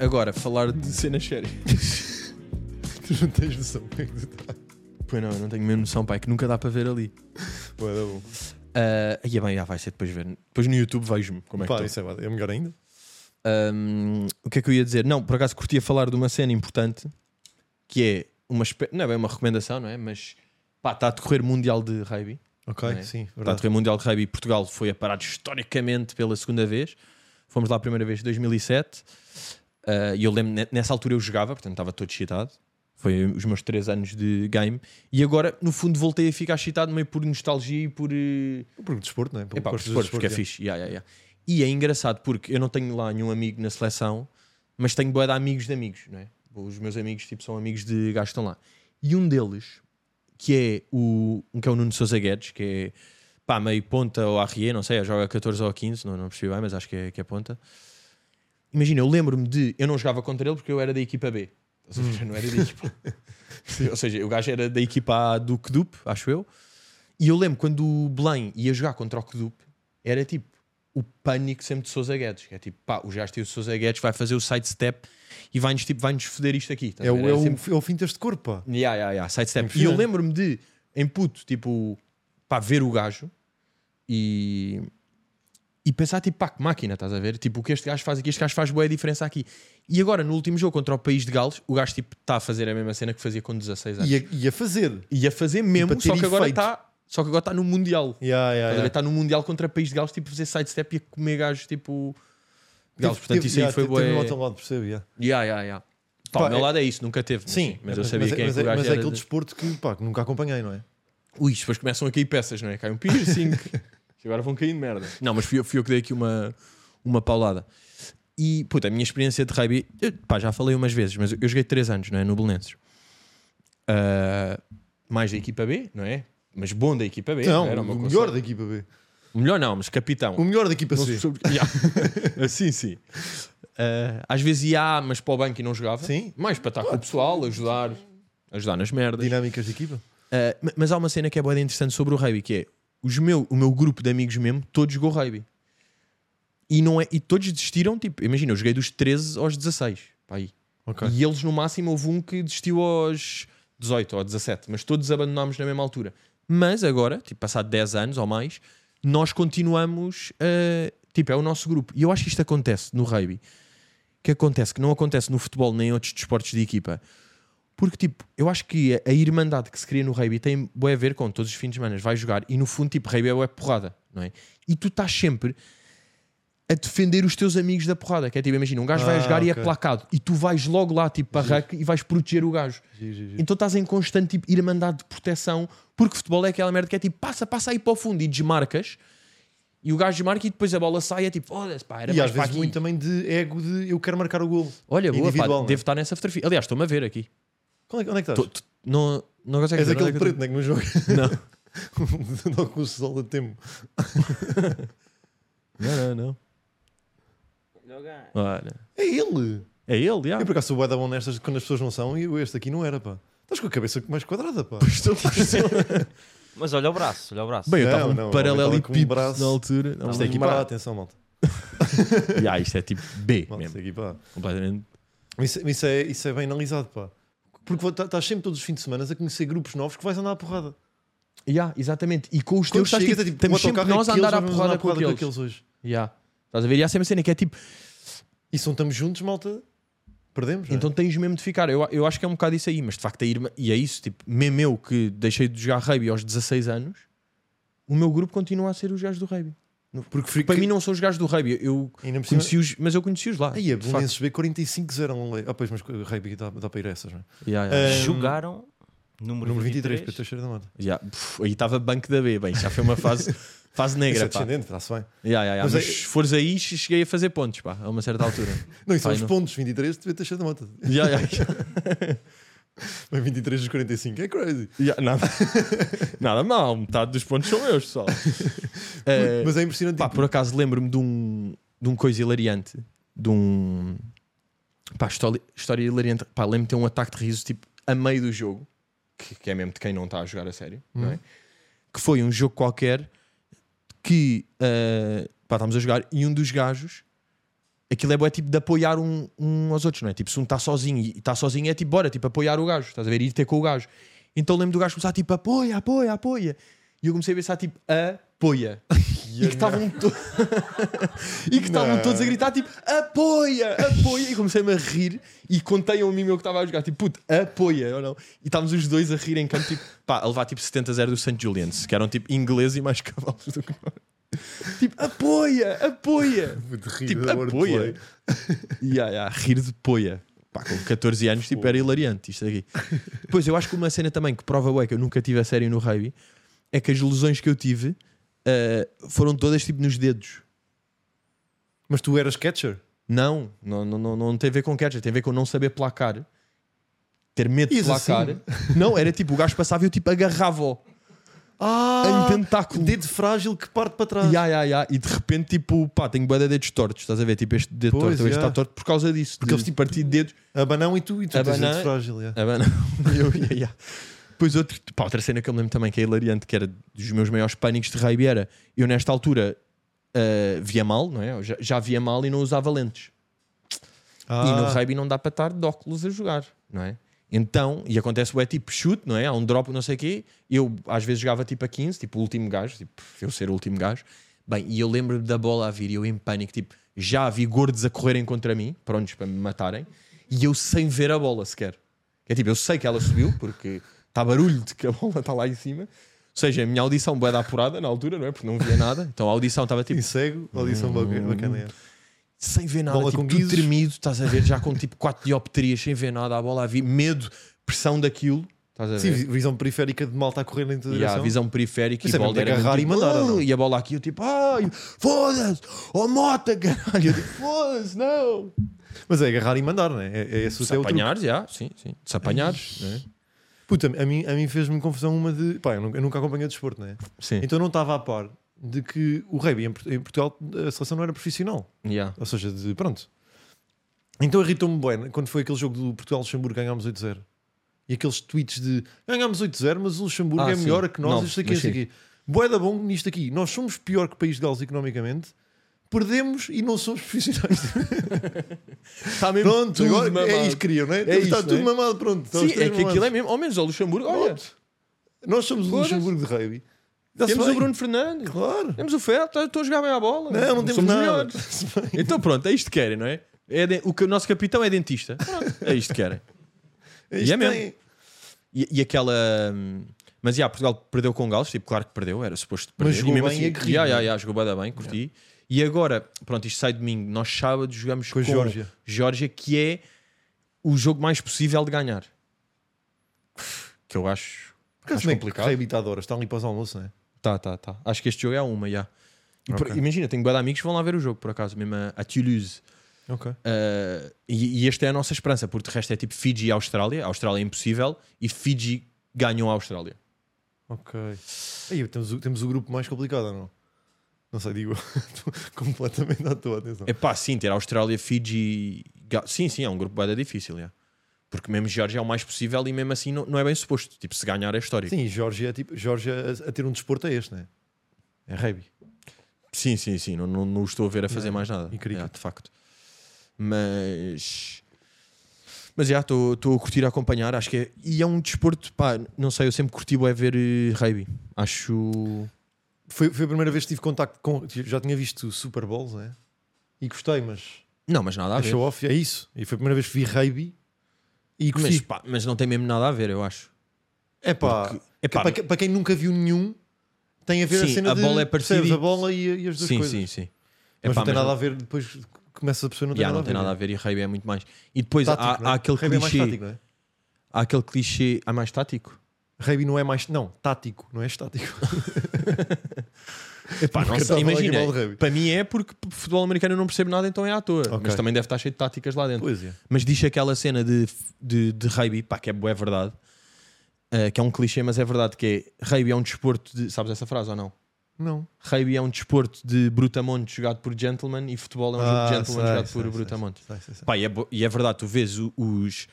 S1: Agora, falar de cenas sérias.
S2: Tu não tens noção como é que tu estás.
S1: Pois não, eu não tenho mesmo noção, pai, que nunca dá para ver ali.
S2: Pô, era bom.
S1: Ah, e é bem, já vai ser depois ver. Depois no YouTube vejo-me como é que
S2: Pá,
S1: estou.
S2: isso é, bad- é melhor ainda.
S1: Ahm, o que é que eu ia dizer? Não, por acaso curtia falar de uma cena importante que é uma espé- não é bem uma recomendação, não é? Mas pá, está a decorrer Mundial de Rugby.
S2: Ok,
S1: Não é?
S2: sim,
S1: Está a
S2: verdade.
S1: decorrer Mundial de Rugby. Portugal foi aparado historicamente pela segunda vez. Fomos lá a primeira vez em 2007. Ah, E eu lembro, ne- nessa altura eu jogava, portanto estava todo excitado. Foi os meus 3 anos de game. E agora, no fundo, voltei a ficar excitado meio por nostalgia e por. eh,
S2: Porque desporto, não é? Porque
S1: Epá, por
S2: gostas de
S1: desporto, porque é
S2: desporto,
S1: fixe. Yeah, yeah, yeah. E é engraçado porque eu não tenho lá nenhum amigo na seleção, mas tenho boa de amigos de amigos, não é? Os meus amigos tipo, são amigos de gajos que estão lá. E um deles, que é o, um que é o Nuno Sousa Guedes, que é pá, meio ponta ou arrié, não sei, joga 14 ou 15, não, não percebi bem, mas acho que é, que é ponta. Imagina, eu lembro-me de. Eu não jogava contra ele porque eu era da equipa B. Ou seja,
S2: Hum.
S1: eu não era da equipa. ou seja, o gajo era da equipa A do Kedup, acho eu. E eu lembro quando o Belém ia jogar contra o Kedup, era tipo o pânico sempre de Sousa Guedes. que É tipo, pá, o Jaste e o Sousa Guedes vai fazer o sidestep e vai-nos tipo, vai foder isto aqui.
S2: É, o,
S1: Era
S2: é, o,
S1: sempre-
S2: é o fim deste corpo, pá.
S1: Yeah, yeah, yeah, sidestep. E eu
S2: Impressionante.
S1: lembro-me de, em puto, tipo, pá, ver o gajo e. E pensar, tipo, pá, que máquina, estás a ver? Tipo, o que este gajo faz aqui, este gajo faz boa diferença aqui. E agora, no último jogo contra o País de Gales, o gajo, tipo, está a fazer a mesma cena que fazia com 16 anos.
S2: E a, e a fazer.
S1: E a fazer mesmo,
S2: para ter
S1: só que agora
S2: efeito.
S1: está. Só que agora está no Mundial.
S2: Yeah, yeah,
S1: Estás a ver?
S2: yeah.
S1: Está no Mundial contra país de Gales, tipo, fazer sidestep e a comer gajos, tipo. de Gales,
S2: Teve-
S1: portanto,
S2: teve-
S1: isso aí
S2: yeah,
S1: foi
S2: tipo,
S1: boa.
S2: teve- teve no outro lado, percebo, yeah.
S1: Yeah, yeah, yeah. Pá,
S2: Pá,
S1: o meu
S2: é-
S1: lado é isso, nunca teve. mas Sim, mas eu sabia quem é
S2: mas
S1: que o gajo
S2: mas é
S1: era.
S2: aquele
S1: de-
S2: desporto que, pá, que nunca acompanhei, não é?
S1: Ui, depois começam a cair peças, não é? Cai um piercing. agora vão cair de merda. Não, mas fui eu, fui eu que dei aqui uma, uma paulada. E, puta, a minha experiência de rugby, eu, pá, já falei umas vezes, mas eu, eu joguei 3 anos, não é? No Belenenses. Ah, mais da equipa B, não é? Mas bom da equipa B.
S2: Não,
S1: não era
S2: Então, o
S1: uma
S2: melhor
S1: coisa-
S2: da equipa B.
S1: melhor não, mas capitão.
S2: O melhor da equipa
S1: Não se
S2: C.
S1: percebe- Yeah. assim, sim. Ah, às vezes ia, mas para o banco e não jogava.
S2: Sim.
S1: Mais para estar com o pessoal, ajudar, ajudar nas merdas.
S2: Dinâmicas de equipa.
S1: Ah, ma- mas há uma cena que é bem interessante sobre o rugby, que é os meu, o meu grupo de amigos mesmo, todos jogou rugby. E, não é, e todos desistiram, tipo, imagina, eu joguei dos 13 aos 16. pá, aí.
S2: Ok.
S1: E eles, no máximo, houve um que desistiu aos 18 ou 17, mas todos abandonámos na mesma altura. Mas agora, tipo, passado 10 anos ou mais, nós continuamos. eh, tipo, é o nosso grupo. E eu acho que isto acontece no rugby. Que acontece, que não acontece no futebol nem em outros desportos de equipa. Porque, tipo, eu acho que a- a irmandade que se cria no rugby tem bué a ver com todos os fins de semana vai jogar e, no fundo, tipo, rugby é bué porrada, não é? E tu estás sempre a defender os teus amigos da porrada. Que é tipo, imagina, um gajo vai
S2: Ah,
S1: a jogar e é
S2: ok.
S1: placado e tu vais logo lá, tipo, para a rack e vais proteger o gajo.
S2: Giro, giro, giro.
S1: Então estás em constante tipo, irmandade de proteção, porque futebol é aquela merda que é tipo, passa, passa aí para o fundo e desmarcas. E o gajo desmarca e depois a bola sai e é tipo, olha, pá, era
S2: E
S1: mais
S2: às
S1: para
S2: vezes
S1: aqui.
S2: muito também de ego de eu quero marcar o golo.
S1: Olha, boa, pá,
S2: individual, não é?
S1: devo estar nessa fotografia. Aliás, estou-me a ver aqui.
S2: Qual é- Onde é que
S1: Tô-
S2: estás?
S1: tô- não, Não consegue
S2: És
S1: ver onde
S2: aquele preto,
S1: é que eu
S2: não é que não joga?
S1: Não.
S2: Não com o sol do tempo.
S1: tô- Não, não, não. Olha.
S2: É ele!
S1: É ele, já.
S2: Eu por acaso sou bué da bom nestas quando as pessoas não são e eu este aqui não era, pá. Estás com a cabeça mais quadrada, pá.
S3: Mas olha o braço, olha o braço.
S1: Bem, eu
S2: Não,
S1: estava
S2: não,
S1: um
S2: eu
S1: paralelo e
S2: estava com um
S1: pipo
S2: braço.
S1: na altura.
S2: Isto é equipar, atenção, malta.
S1: Já, isto é tipo B
S2: malta isto
S1: mesmo.
S2: é equipar.
S1: Completamente.
S2: Isso, isso é, isso é bem analisado, pá. Porque tá, estás sempre todos os fins de semana a conhecer grupos novos que vais andar à porrada.
S1: Já, exatamente. E com os teus
S2: Quando
S1: estás
S2: chegas,
S1: tipo,
S2: é tipo,
S1: estamos
S2: o autocarro
S1: sempre
S2: é
S1: nós a
S2: aqueles,
S1: andar à
S2: vamos
S1: porrada com aqueles.
S2: hoje.
S1: Já. Estás a ver? E há sempre a cena que é tipo,
S2: E se não estamos juntos, malta, perdemos. não é?
S1: então tens mesmo de ficar. Eu, eu acho que é um bocado isso aí, mas de facto a irmã, e é isso, tipo, mesmo eu que deixei de jogar rugby aos 16 anos, o meu grupo continua a ser os gajos do rugby.
S2: porque fui-
S1: Para mim não são os gajos do rugby, eu
S2: ainda por cima- é
S1: conheci-os, mas eu conheci-os lá.
S2: Aí, a
S1: de facto.
S2: Belenenses B 45-0 não lei. Ah, pois, mas o Rugby dá, dá para ir a essas, não é?
S1: Já, já, já.
S2: Eh,
S3: Jogaram número,
S2: Número 23,
S3: 23.
S2: Pedro Teixeira da Mata.
S1: Já, puf, aí estava banco da B, bem, já foi uma fase, fase
S2: Isso
S1: negra.
S2: é
S1: pá.
S2: descendente, está-se bem.
S1: Ya, ya, ya,
S2: Mas
S1: Mas,
S2: é-
S1: se fores aí, che- cheguei a fazer pontos, pá, a uma certa altura.
S2: Não, isso são
S1: Pá,
S2: os
S1: não.
S2: pontos. 23 de Pedro Teixeira da Mata.
S1: Ya, ya, ya,
S2: Mas 23 dos 45 é crazy.
S1: ya, nada, nada mal, metade dos pontos são meus, pessoal. Eh,
S2: Mas é impressionante.
S1: pá,
S2: tipo,
S1: por acaso lembro-me de um, de um coisa hilariante, de um. Pá, história, história hilariante. Pá, lembro-me de ter um ataque de riso, tipo, a meio do jogo, que, que é mesmo de quem não está a jogar a sério, não é? Que foi um jogo qualquer que. eh, pá, estávamos a jogar e um dos gajos aquilo é, bué, tipo de apoiar um, um aos outros, não é? Tipo, se um está sozinho e está sozinho é tipo, bora, tipo, apoiar o gajo, estás a ver? Ir ter com o gajo. Então lembro do gajo começar tipo, apoia, apoia, apoia. E eu comecei a pensar tipo, apoia. e que estavam to- E que estavam
S2: Não.
S1: todos a gritar tipo, apoia, apoia. E comecei-me a rir e contei a um amigo meu que estava a jogar tipo, puto, apoia ou não. E estávamos os dois a rir em campo, tipo, pá, a levar tipo 70 a 0 do St. Julian's, que eram tipo inglês e mais cavalos do que nós. Tipo, apoia, apoia.
S2: de rir,
S1: tipo,
S2: da
S1: apoia.
S2: wordplay.
S1: Ya, ya, rir de poia. Pá, com 14 anos, tipo, era hilariante isto aqui. Depois, eu acho que uma cena também que prova bué que eu nunca tive a sério no rugby é que as lesões que eu tive eh, foram todas tipo nos dedos.
S2: Mas tu eras catcher?
S1: Não, não, não, não, não tem a ver com catcher, tem a ver com não saber placar. Ter medo de
S2: Isso
S1: placar.
S2: assim?
S1: Não, era tipo, o gajo passava e eu tipo agarrava-o
S2: Ah!
S1: em tentáculo.
S2: Dedo frágil que parte para trás.
S1: É Ya, ya, ya. E de repente, tipo, pá, tenho bué de dedos tortos, estás a ver? Tipo, este dedo
S2: Pois,
S1: torto, este
S2: ya.
S1: está torto por causa disso. Porque
S2: De-
S1: eles tipo partido de dedos.
S2: Abanão e tu, e tu tens
S1: Abanão-
S2: dedo frágil. é.
S1: Ah, bem, não. Eu ia, ia. Depois outro, pá, outra cena que eu me lembro também que é hilariante, que era dos meus maiores pânicos de raiva era eu nesta altura ah, via mal, não é? Eu Já, já via mal e não usava lentes. E no
S2: Ah,
S1: rugby não dá para estar de óculos a jogar, não é? Então, e acontece o é tipo chute, não é? Há um drop, não sei o quê. Eu às vezes jogava tipo a 15, tipo o último gajo, tipo eu ser o último gajo. Bem, e eu lembro da bola a vir e eu em pânico, tipo, já vi gordos a correrem contra mim, prontos para me matarem, e eu sem ver a bola sequer. É tipo, eu sei que ela subiu, porque está barulho de que a bola está lá em cima. Ou seja, a minha audição bué da apurada na altura, não é? Porque não via nada. Então a audição estava tipo, Hum,
S2: e cego, audição bacana- bacana. é.
S1: sem ver nada,
S2: Bola
S1: tipo,
S2: com
S1: tudo
S2: guizos.
S1: tremido, estás a ver, já com tipo 4 diopterias, sem ver nada, a bola a vir, medo, pressão daquilo, estás a
S2: Sim,
S1: ver?
S2: vi- visão periférica de malta a correr em tua
S1: E a
S2: direção.
S1: tá visão periférica
S2: Isso
S1: e
S2: é
S1: bola
S2: mesmo de
S1: era mesmo
S2: agarrar e
S1: tipo,
S2: mandar, ou
S1: "Ah",
S2: não?
S1: e a bola aqui, eu tipo, ai, foda-se, oh mota, caralho, eu tipo, foda-se, não.
S2: Mas é agarrar e mandar, não é? É, é esse o
S1: Se
S2: teu truque.
S1: apanhares, já, sim, sim, se apanhares, né?
S2: Puta, a mim, a mim fez-me confusão uma de. Pá, eu nunca, eu nunca acompanhei o desporto, não é?
S1: sim,
S2: Então não estava a par de que o rugby em, Port- em Portugal a seleção não era profissional.
S1: já.
S2: Ou seja, de, pronto. Então irritou-me bem quando foi aquele jogo do Portugal-Luxemburgo ganhámos 8-0. E aqueles tweets de ganhámos 8-0, mas o Luxemburgo
S1: Ah,
S2: é
S1: sim.
S2: melhor que nós,
S1: Não,
S2: isto aqui,
S1: mas
S2: isto
S1: sim.
S2: aqui. Boé da bom nisto aqui. Nós somos pior que o país de Gales economicamente, perdemos e não somos profissionais. Tá
S1: Está mesmo
S2: pronto,
S1: tudo
S2: agora
S1: mamado.
S2: é isto que queriam, não é? Está
S1: isto,
S2: tudo
S1: não
S2: mamado, pronto. Estão os
S1: Sim,
S2: três
S1: é que aquilo
S2: mamados.
S1: é mesmo, ao menos ao Luxemburgo, olha,
S2: Pronto. Nós somos o
S1: Foda-se.
S2: Luxemburgo de rugby. Está-se
S1: temos
S2: bem.
S1: o Bruno Fernandes,
S2: Claro.
S1: temos o Ferro, estou a jogar bem à bola,
S2: Não, não temos
S1: somos
S2: nada.
S1: melhores. Então pronto, é isto que querem, não é? É de- o, que, o nosso capitão é dentista. Pronto, é isto que querem.
S2: Isto
S1: é mesmo.
S2: tem-
S1: E, e aquela. hum, Mas já, Portugal perdeu com Gales, tipo, claro que perdeu, era suposto perder.
S2: jogou
S1: e mesmo
S2: bem e
S1: assim,
S2: aguerrido,
S1: já,
S2: né?
S1: já, já, jogou bué da bem, curti. E agora, pronto, isto sai domingo, nós sábado jogamos
S2: Com
S1: com,
S2: a Geórgia.
S1: Geórgia, que é o jogo mais possível de ganhar. Que eu acho.
S2: Por acaso
S1: acho
S2: não é
S1: complicado.
S2: reabilitadoras, estão ali para os almoços, não é?
S1: Tá, tá, tá. Acho que este jogo é a uma, já. E por-
S2: Ok.
S1: imagina, tenho bué de amigos que vão lá ver o jogo, por acaso, mesmo a, a Toulouse.
S2: Ok.
S1: Ah, Uh, e, e esta é a nossa esperança, porque de resto é tipo Fiji e Austrália. A Austrália é impossível e Fiji ganham a Austrália.
S2: Ok. Aí, temos, o, temos o grupo mais complicado, ou não? Não sei, digo estou completamente à toa, atenção.
S1: É pá, sim, ter Austrália, Fiji. Ga- Sim, sim, é um grupo bem difícil, é. Porque mesmo Geórgia é o mais possível e mesmo assim não, não é bem suposto. Tipo, se ganhar é histórico.
S2: Sim, Jorge é tipo, Jorge a, a ter um desporto é este, né? É rugby. É,
S1: Sim, sim, sim. Não, não, não o estou a ver a fazer mais nada.
S2: e cricket.
S1: Yeah, de facto. Mas. Mas já estou estou a curtir a acompanhar. Acho que é. E é um desporto, pá, não sei, eu sempre curti é ver eh, rugby. Acho.
S2: Foi, foi a primeira vez que tive contacto com. Já tinha visto Super Bowls, né? E gostei, mas.
S1: Não, mas nada a
S2: é
S1: ver.
S2: show off, é isso. E foi a primeira vez que vi rugby e
S1: Mas,
S2: gostei.
S1: pá, mas não tem mesmo nada a ver, eu acho.
S2: É pá.
S1: epá,
S2: para, que- para quem nunca viu nenhum, tem a ver
S1: Sim,
S2: a cena
S1: a
S2: de,
S1: bola é
S2: percebes,
S1: parecida e-
S2: a bola e, e as duas
S1: Sim,
S2: coisas.
S1: sim, sim.
S2: Mas
S1: Epá,
S2: não tem nada a ver, depois começa a pessoa não tem
S1: Yeah,
S2: nada
S1: não tem
S2: a
S1: nada a
S2: ver.
S1: ver e rugby é muito mais. E depois há,
S2: Tático, não é?
S1: há aquele
S2: Rugby é mais
S1: clichê.
S2: tático, não é?
S1: há aquele clichê. Há mais tático?
S2: Rugby não é mais. Não, tático, não é estático.
S1: Epá,
S2: Nunca
S1: não sei,
S2: estava a falar
S1: imagina.
S2: de rugby.
S1: Para mim é porque futebol americano eu não percebo nada, então é à toa.
S2: Ok.
S1: Mas também deve estar cheio de táticas lá dentro.
S2: Pois é.
S1: Mas diz aquela cena de, de, de rugby, pá, que é, bué verdade, eh, que é um clichê, mas é verdade, que é rugby é um desporto de. Sabes essa frase ou não?
S2: Não.
S1: Rugby é um desporto de brutamontes jogado por gentlemen e futebol é um
S2: Ah,
S1: jogo de gentlemen jogado por brutamontes.
S2: sei, sei, sei.
S1: Pá, e, é, bo- e é verdade, tu vês o- os,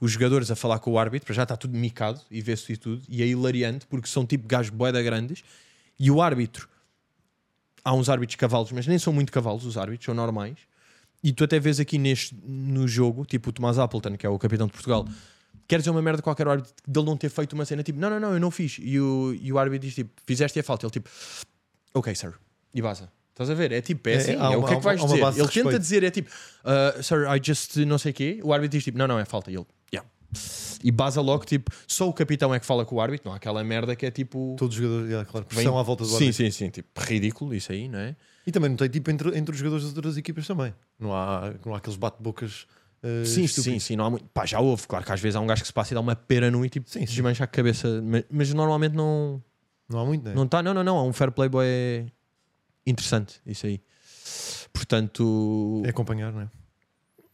S1: os jogadores a falar com o árbitro, para já está tudo micado e vê-se e tudo, e é hilariante porque são tipo gajos boeda grandes e o árbitro. Há uns árbitros cavalos, mas nem são muito cavalos os árbitros, são normais. E tu até vês aqui neste, no jogo, tipo o Tomás Appleton, que é o capitão de Portugal, quer dizer uma merda a qualquer árbitro dele não ter feito uma cena tipo, não, não, não, eu não fiz. E o, e o árbitro diz tipo, fizeste a falta. Ele tipo, ok, sir. E vaza. Estás a ver? É tipo, é
S2: É,
S1: assim, é,
S2: há
S1: o
S2: uma-
S1: que é
S2: há
S1: que vais
S2: uma- há uma
S1: dizer. Ele
S2: base de
S1: tenta
S2: respeito.
S1: dizer, é tipo, "Uh, sir, I just não sei o quê. O árbitro diz tipo, não, não, é falta. E ele, yeah. E baza logo, tipo, só o capitão é que fala com o árbitro, não há aquela merda que é tipo.
S2: Todos os jogadores, yeah, claro,
S1: vem-
S2: pressão à volta do
S1: Sim,
S2: árbitro.
S1: sim, sim, tipo, ridículo isso aí, não é?
S2: E também não tem tipo entre, entre os jogadores das outras equipas também. Não há, não há aqueles bate-bocas. eh,
S1: Sim, sim,
S2: estúpidos.
S1: sim, não há muito. Pá, já houve, claro que às vezes há um gajo que se passa e dá uma pera nu e tipo,
S2: Sim, sim.
S1: desmancha a cabeça, mas, mas normalmente não
S2: Não há muito, né?
S1: não está, não, não, não, há um fair play boy é interessante, isso aí. Portanto,
S2: É acompanhar, não é?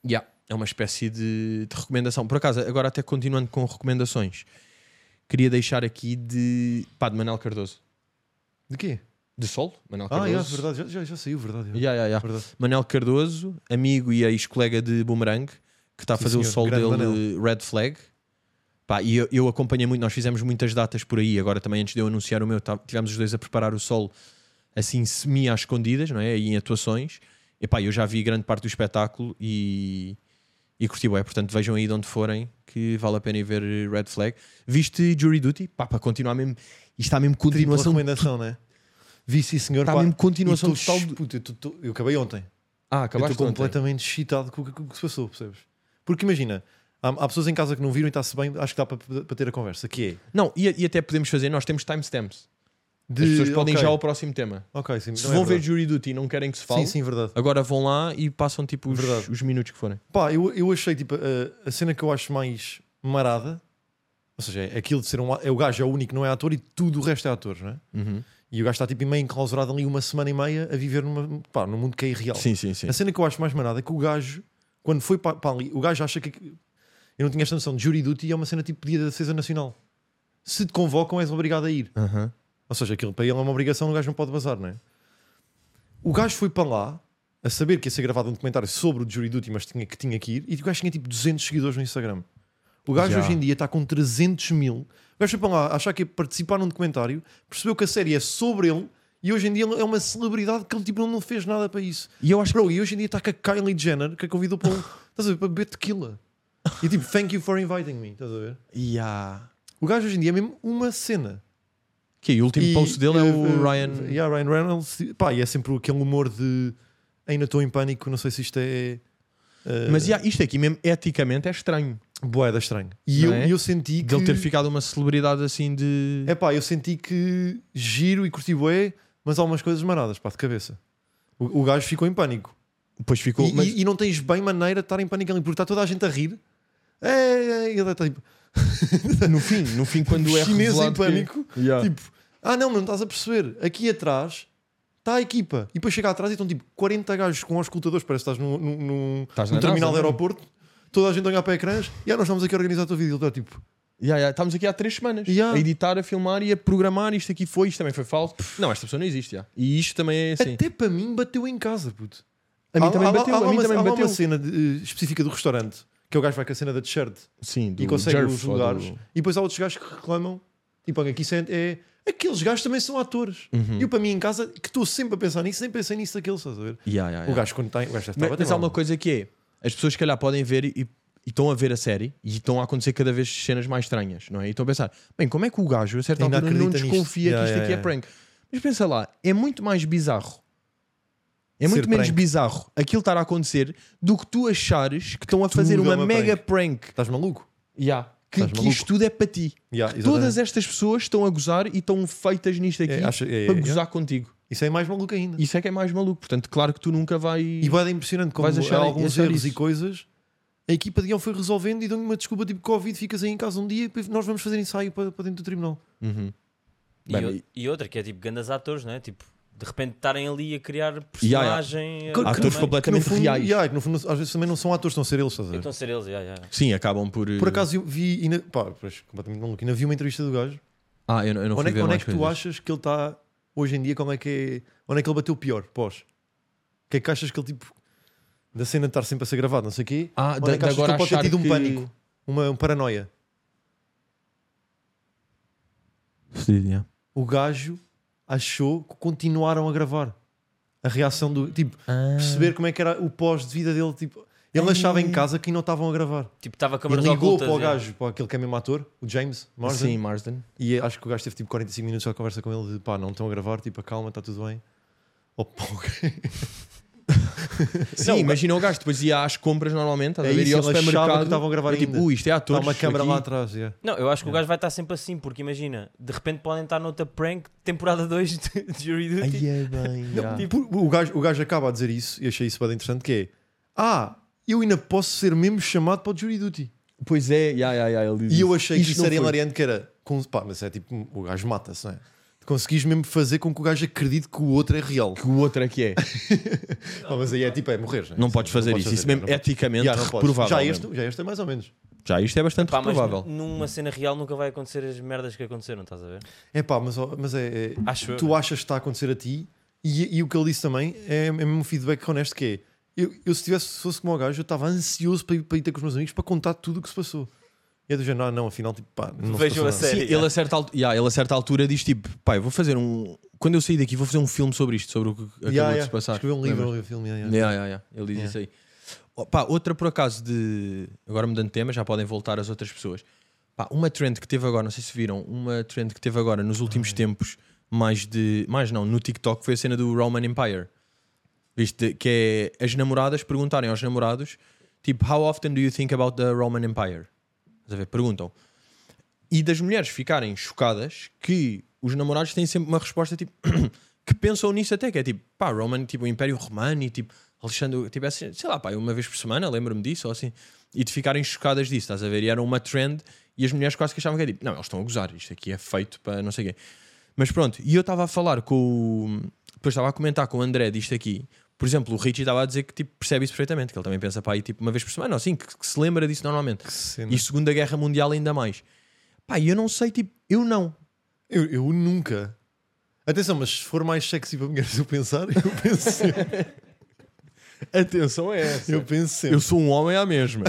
S1: Yeah, é uma espécie de, de recomendação. Por acaso, agora até continuando com recomendações, queria deixar aqui de, pá, de Manel Cardoso.
S2: De quê?
S1: De Sol? Manel
S2: Ah,
S1: Cardoso.
S2: yeah, verdade, já, já, já saiu, verdade. yeah.
S1: Yeah, yeah, yeah.
S2: Verdade.
S1: Manel Cardoso, amigo e ex-colega de Boomerang, que está a
S2: Sim,
S1: fazer o
S2: senhor.
S1: sol
S2: Grande
S1: dele Red Flag. Pá, e eu, eu acompanhei muito, nós fizemos muitas datas por aí. Agora também, antes de eu anunciar o meu, tá- tivemos os dois a preparar o sol assim, semi às escondidas, não é? E em atuações. E pá, eu já vi grande parte do espetáculo e, e curti bué. Portanto, vejam aí de onde forem que vale a pena ir ver eh, Red Flag. Viste Jury Duty? Pá, para continuar mesmo. Isto está mesmo
S2: Tripla
S1: continuação.
S2: recomendação, né? Vi sim, senhor.
S1: Está
S2: pá.
S1: mesmo continuação
S2: E tô-
S1: total de-
S2: puta, eu, tô- tô- eu acabei ontem.
S1: Ah,
S2: Eu
S1: acabaste
S2: estou
S1: ontem.
S2: completamente excitado com o que- com o que se passou, percebes? Porque imagina, há, há pessoas em casa que não viram e está-se bem, acho que dá para para ter a conversa. Que é
S1: Não, e, e até podemos fazer, nós temos timestamps.
S2: de-
S1: As pessoas podem
S2: ok,
S1: já ao próximo tema.
S2: Ok, sim.
S1: Se
S2: não é
S1: vão ver
S2: verdade.
S1: Jury Duty e não querem que se fale,
S2: Sim, sim, verdade.
S1: agora vão lá e passam tipo os,
S2: Verdade.
S1: os minutos que forem.
S2: Pá, eu, eu achei tipo a, a cena que eu acho mais marada, ou seja, é aquilo de ser um a- é o gajo é o único que não é ator e tudo o resto é ator, não é? E o gajo está tipo meio enclausurado ali uma semana e meia a viver numa, pá, num mundo que é irreal.
S1: Sim, sim, sim.
S2: A cena que eu acho mais manada é que o gajo, quando foi para, para ali, o gajo acha que. Eu não tinha esta noção de jury duty é uma cena tipo dia da defesa nacional. Se te convocam, és obrigado a ir.
S1: Aham.
S2: Ou seja, aquilo para ele é uma obrigação, o gajo não pode bazar, não é? O gajo foi para lá a saber que ia ser gravado um documentário sobre o jury duty, mas tinha, que tinha que ir, e o gajo tinha tipo 200 seguidores no Instagram. O gajo
S1: Já.
S2: hoje em dia está com 300 mil. O gajo foi para lá achar que ia participar num documentário, percebeu que a série é sobre ele, e hoje em dia ele é uma celebridade que ele tipo, ele não fez nada para isso.
S1: E eu acho
S2: Bro, e hoje em dia está com a Kylie Jenner que a convidou para, um, estás a ver, para beber tequila. E tipo, thank you for inviting me. Estás a ver?
S1: que. Yeah.
S2: O gajo hoje em dia é mesmo uma cena.
S1: Que, o último
S2: E,
S1: post dele é
S2: eh,
S1: o
S2: eh,
S1: Ryan.
S2: Yeah, Ryan Reynolds. Pá, e é sempre aquele humor de ainda estou em pânico, não sei se isto é. Uh,
S1: Mas yeah, isto aqui mesmo eticamente é estranho.
S2: boeda estranho. E
S1: Não
S2: eu,
S1: é?
S2: e eu senti que.
S1: Dele ter ficado uma celebridade assim de.
S2: É pá, eu senti que giro e curti bué, mas há umas coisas maradas, pá, de cabeça. O, o gajo ficou em pânico.
S1: Depois ficou.
S2: É- E,
S1: mas-
S2: e- e não tens bem maneira de estar em pânico ali, porque está toda a gente a rir. É, é, é, e ele está tipo.
S1: no fim, no fim, quando é.
S2: chinês em
S1: revelado que-
S2: pânico,
S1: Yeah.
S2: tipo, ah não, não estás a perceber, aqui atrás está a equipa. E depois chega atrás e estão tipo 40 gajos com auscultadores, parece que estás num, num, num-
S1: Estás
S2: num
S1: na
S2: terminal
S1: NASA, né?
S2: de aeroporto, toda a gente a olhar para ecrãs, e ah, nós estamos aqui a organizar a tua vida. E ele está tipo,
S1: Ya, ya, Estávamos aqui há três semanas
S2: Ya.
S1: a editar, a filmar e a programar. Isto aqui foi, isto também foi falso. Não, esta pessoa não existe. ya. E isto também é assim.
S2: Até para mim bateu em casa, puto.
S1: A mim
S2: Há-
S1: também
S2: há-
S1: bateu,
S2: há-
S1: a
S2: há
S1: mim
S2: uma-
S1: também
S2: há lá
S1: bateu.
S2: uma cena de- eh, específica do restaurante, que é o gajo vai com a cena da t-shirt
S1: Sim, do
S2: e consegue
S1: Jerf
S2: os
S1: ou
S2: lugares.
S1: do-
S2: E depois há outros gajos que reclamam. Tipo, olha, que isso é, é- Aqueles gajos também são atores.
S1: Uhum.
S2: E eu, para mim, em casa, que estou sempre a pensar nisso, nem pensei nisso daquele, estás a ver?
S1: Ya, ya,
S2: O
S1: ya.
S2: gajo, quando está. O gajo deve estar a
S1: É. Mas,
S2: bater
S1: mas há
S2: mal.
S1: uma coisa que é: as pessoas, se calhar, podem ver e, e estão a ver a série e estão a acontecer cada vez cenas mais estranhas, não é? E estão a pensar, bem, como é que o gajo, a certa
S2: Ainda
S1: altura, não
S2: acredita nisto.
S1: desconfia
S2: Yeah,
S1: que isto
S2: yeah,
S1: aqui é
S2: yeah.
S1: prank? Mas pensa lá, é muito mais bizarro. É
S2: Ser
S1: muito menos
S2: prank.
S1: bizarro aquilo estar a acontecer do que tu achares que estão a
S2: tu
S1: fazer
S2: é
S1: uma,
S2: uma
S1: mega prank.
S2: Estás maluco?
S1: Yeah. Que,
S2: Estás
S1: que
S2: maluco?
S1: isto tudo é para ti.
S2: Yeah,
S1: Que
S2: exatamente.
S1: todas estas pessoas estão a gozar e estão feitas nisto aqui
S2: É, acho- é, é,
S1: para
S2: é.
S1: gozar contigo.
S2: Isso é mais maluco ainda.
S1: Isso é que é mais maluco. Portanto, claro que tu nunca vais.
S2: E vai dar impressionante como
S1: Vais achar-
S2: há alguns
S1: achar
S2: erros
S1: isso.
S2: e coisas. A equipa de Guião foi resolvendo e dão-lhe uma desculpa tipo Covid, ficas aí em casa um dia e nós vamos fazer ensaio para, para dentro do tribunal.
S1: Uhum.
S3: E,
S1: Bem,
S3: o-
S1: e-
S3: e outra que é tipo grandes atores, não é? Tipo, de repente estarem ali a criar
S1: yeah.
S3: personagem. eh,
S2: Co-
S3: também.
S1: É, Atores
S2: Que no
S1: completamente
S2: fundo,
S1: reais.
S2: yeah, que no fundo, às vezes também não são atores, estão a ser eles, estás a ver?
S3: Então ser eles, yeah, yeah.
S1: Sim, acabam por. eh,
S2: Por acaso eu vi, ainda, pá, pois, completamente maluco, ainda vi uma entrevista do gajo.
S1: Ah, eu não, eu não fui
S2: Onde é, que-
S1: ver
S2: onde é
S1: mais
S2: que tu
S1: coisas.
S2: achas que ele está hoje em dia? Como é que é, onde é que ele bateu pior? Pós? O que é que achas que ele tipo da cena de estar sempre a ser gravado? Não sei o quê.
S1: Ah,
S2: onde
S1: de-
S2: é
S1: de
S2: que achas que
S1: agora
S2: ele pode ter
S1: achar
S2: tido um
S1: que-
S2: pânico, uma um paranoia?
S1: Fedido, yeah.
S2: o gajo achou que continuaram a gravar. A reação do. Tipo,
S1: Ah.
S2: perceber como é que era o pós de vida dele. Tipo, ele
S1: É.
S2: achava em casa que não estavam a gravar.
S3: Tipo, estava a
S2: Ele
S3: câmara
S2: ligou para o gajo, para aquele que é mesmo ator, o James Marsden.
S1: Sim, Marsden.
S2: E acho que o gajo teve tipo 45 minutos à conversa com ele de pá, não estão a gravar, tipo, calma, está tudo bem. Oh, pá, ok.
S1: Sim, imagina o gajo. Depois ia às compras normalmente, estás a
S2: É
S1: ver?
S2: isso,
S1: Ia ao
S2: ele achava que
S1: supermercado.
S2: estavam a gravar
S1: é tipo,
S2: ainda.
S1: "Ui, isto é
S2: Está
S1: ator.
S2: uma câmara lá tá. atrás. yeah.
S3: Não, eu acho que o gajo vai estar sempre assim, porque imagina, de repente podem estar noutra prank, temporada 2 de de Jury Duty.
S1: é
S3: tipo-
S2: Por- O, gajo, o gajo acaba a dizer isso, e achei isso bem interessante, que é Ah, eu ainda posso ser mesmo chamado para o Jury Duty.
S1: Pois é, yeah, yeah, yeah, ele diz
S2: E eu achei que
S1: Isto
S2: isso
S1: não
S2: era
S1: foi.
S2: hilariante, que era. Com, pá, mas é tipo, o gajo mata-se, não é? Conseguis mesmo fazer com que o gajo acredite que o outro é real.
S1: Que o outro é que é.
S2: Pá, mas aí é tipo, é morrer. é?
S1: Não podes fazer isso. Isso mesmo
S2: não podes.
S1: eticamente
S2: Já, não podes.
S1: reprovável.
S2: Já
S1: mesmo.
S2: este, já este é mais ou menos.
S1: Já isto é bastante
S3: Pá, mas
S1: provável.
S3: nu- numa cena real nunca vai acontecer as merdas que aconteceram, estás a ver?
S2: É pá, mas, ó, mas é. é-
S3: Acho eu,
S2: tu
S3: né?
S2: achas que está a acontecer a ti e, e o que ele disse também é, é mesmo um feedback honesto que é. Eu, eu se tivesse, se fosse como o gajo, eu estava ansioso para ir, para ir ter com os meus amigos para contar tudo o que se passou. E é do género, ah, não, afinal, tipo, pá, não se passou
S3: Vejam a
S2: nada.
S3: série.
S1: Sim, ele, a certa altura, ele a certa altura diz tipo: pai, vou fazer um. Quando eu sair daqui, vou fazer um filme sobre isto, sobre o que acabou
S2: Yeah,
S1: de se
S2: yeah.
S1: passar.
S2: Escreveu um livro,
S1: Lembras?
S2: ou um filme. yeah, yeah.
S1: Yeah, yeah, yeah. Ele diz
S2: Yeah.
S1: isso aí. Oh, pá, outra por acaso de. Agora mudando de tema, já podem voltar as outras pessoas. Pá, uma trend que teve agora, não sei se viram, uma trend que teve agora nos últimos tempos, mais de. Mais não, no TikTok, foi a cena do Roman Empire. Viste? Que é as namoradas perguntarem aos namorados, tipo, how often do you think about the Roman Empire? Estás a ver? Perguntam. E das mulheres ficarem chocadas que os namorados têm sempre uma resposta tipo que pensam nisso até, que é tipo, pá, Roman, tipo, o Império Romano e tipo, Alexandre, tipo, assim, sei lá, pá, uma vez por semana, lembro-me disso, ou assim, e de ficarem chocadas disso, estás a ver? E era uma trend e as mulheres quase que achavam que é tipo, não, eles estão a gozar, isto aqui é feito para não sei o quê. Mas pronto, e eu estava a falar com o. Depois estava a comentar com o André disto aqui. Por exemplo, o Richie estava a dizer que tipo, percebe isso perfeitamente, que ele também pensa para aí tipo, uma vez por semana, ou assim, que, que se lembra disso normalmente.
S2: Que cena.
S1: E Segunda Guerra Mundial ainda mais. Pá, e eu não sei, tipo, eu não.
S2: Eu, eu nunca. Atenção, mas se for mais sexy para mulheres eu pensar, eu penso sempre.
S1: Atenção é essa.
S2: eu,
S1: Eu,
S2: penso sempre.
S1: sou um homem à mesma.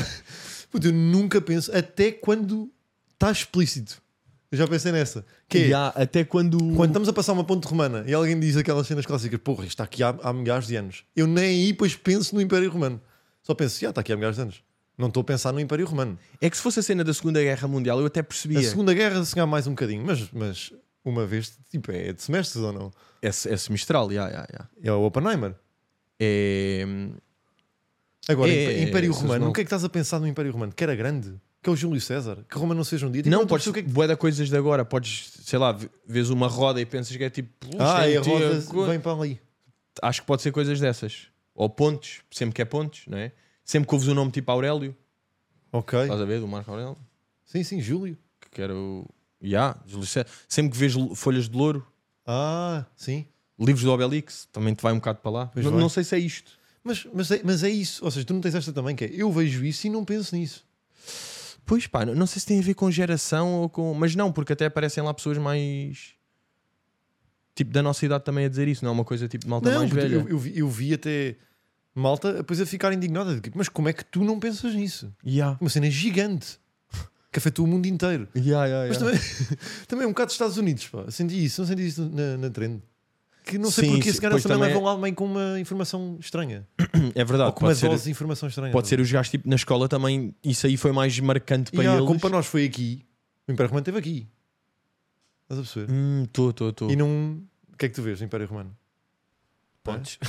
S2: Puto, eu nunca penso, até quando está explícito. Eu já pensei nessa. Que é,
S1: E há até quando.
S2: quando estamos a passar uma ponte romana e alguém diz aquelas cenas clássicas, porra, isto está aqui há, há milhares de anos. Eu nem aí pois penso no Império Romano. Só penso, já está aqui há milhares de anos. Não estou a pensar no Império Romano.
S1: É que se fosse a cena da Segunda Guerra Mundial, eu até percebia.
S2: A Segunda Guerra se calhar mais um bocadinho, mas, mas uma vez, tipo, é de semestres ou não?
S1: É, é semestral, já, já, já.
S2: É o Oppenheimer.
S1: É.
S2: Agora,
S1: É,
S2: Imp- Império
S1: é,
S2: Romano,
S1: sazonal.
S2: o que é que estás a pensar no Império Romano? Que era grande? Que é o Júlio César? Que Roma não seja um dia? Tipo,
S1: Não,
S2: estou a
S1: podes.
S2: perceber o que é que-
S1: Boé da coisas de agora, podes, sei lá, v- vês uma roda e pensas que é tipo. "Isto
S2: Ah,
S1: é
S2: e a
S1: muito-
S2: roda vem para ali.
S1: Acho que pode ser coisas dessas. Ou pontos, sempre que é pontos, não é? Sempre que ouves o nome tipo Aurélio,
S2: Ok.
S1: estás a ver, do Marco Aurélio,
S2: Sim, sim, Júlio.
S1: que era o. Já, Júlio César. Sempre que vês l- folhas de louro,
S2: Ah, sim.
S1: livros do Obelix, também te vai um bocado para lá.
S2: Pois
S1: Não-
S2: vai.
S1: não sei se é isto.
S2: Mas, mas, é, mas é isso. Ou seja, tu não tens esta também, que é eu vejo isso e não penso nisso.
S1: Pois pá, não sei se tem a ver com geração ou com. Mas não, porque até aparecem lá pessoas mais. Tipo, da nossa idade também a dizer isso, não é uma coisa tipo de malta
S2: Não,
S1: mais
S2: puto,
S1: velha.
S2: eu, eu vi, eu vi até malta depois a ficar indignada. Tipo, Mas como é que tu não pensas nisso?
S1: Yeah.
S2: Uma cena gigante que afetou o mundo inteiro.
S1: Yeah, yeah,
S2: Mas
S1: yeah.
S2: também, também um bocado dos Estados Unidos, pá. Senti isso, não senti isso na, na trend. Que não sei
S1: Sim,
S2: porque
S1: sim,
S2: esse cara
S1: pois
S2: também,
S1: também-
S2: levam lá bem com uma informação estranha.
S1: É verdade,
S2: ou com uma
S1: pode ser,
S2: dose de informação estranha.
S1: pode ser os gajos tipo, na escola também. Isso aí foi mais marcante
S2: E
S1: para
S2: há,
S1: eles.
S2: como para nós foi aqui, o Império Romano esteve aqui. Estás a perceber?
S1: Hum, tô, tô, tô.
S2: E não. O que é que tu vês no Império Romano?
S3: Pontos.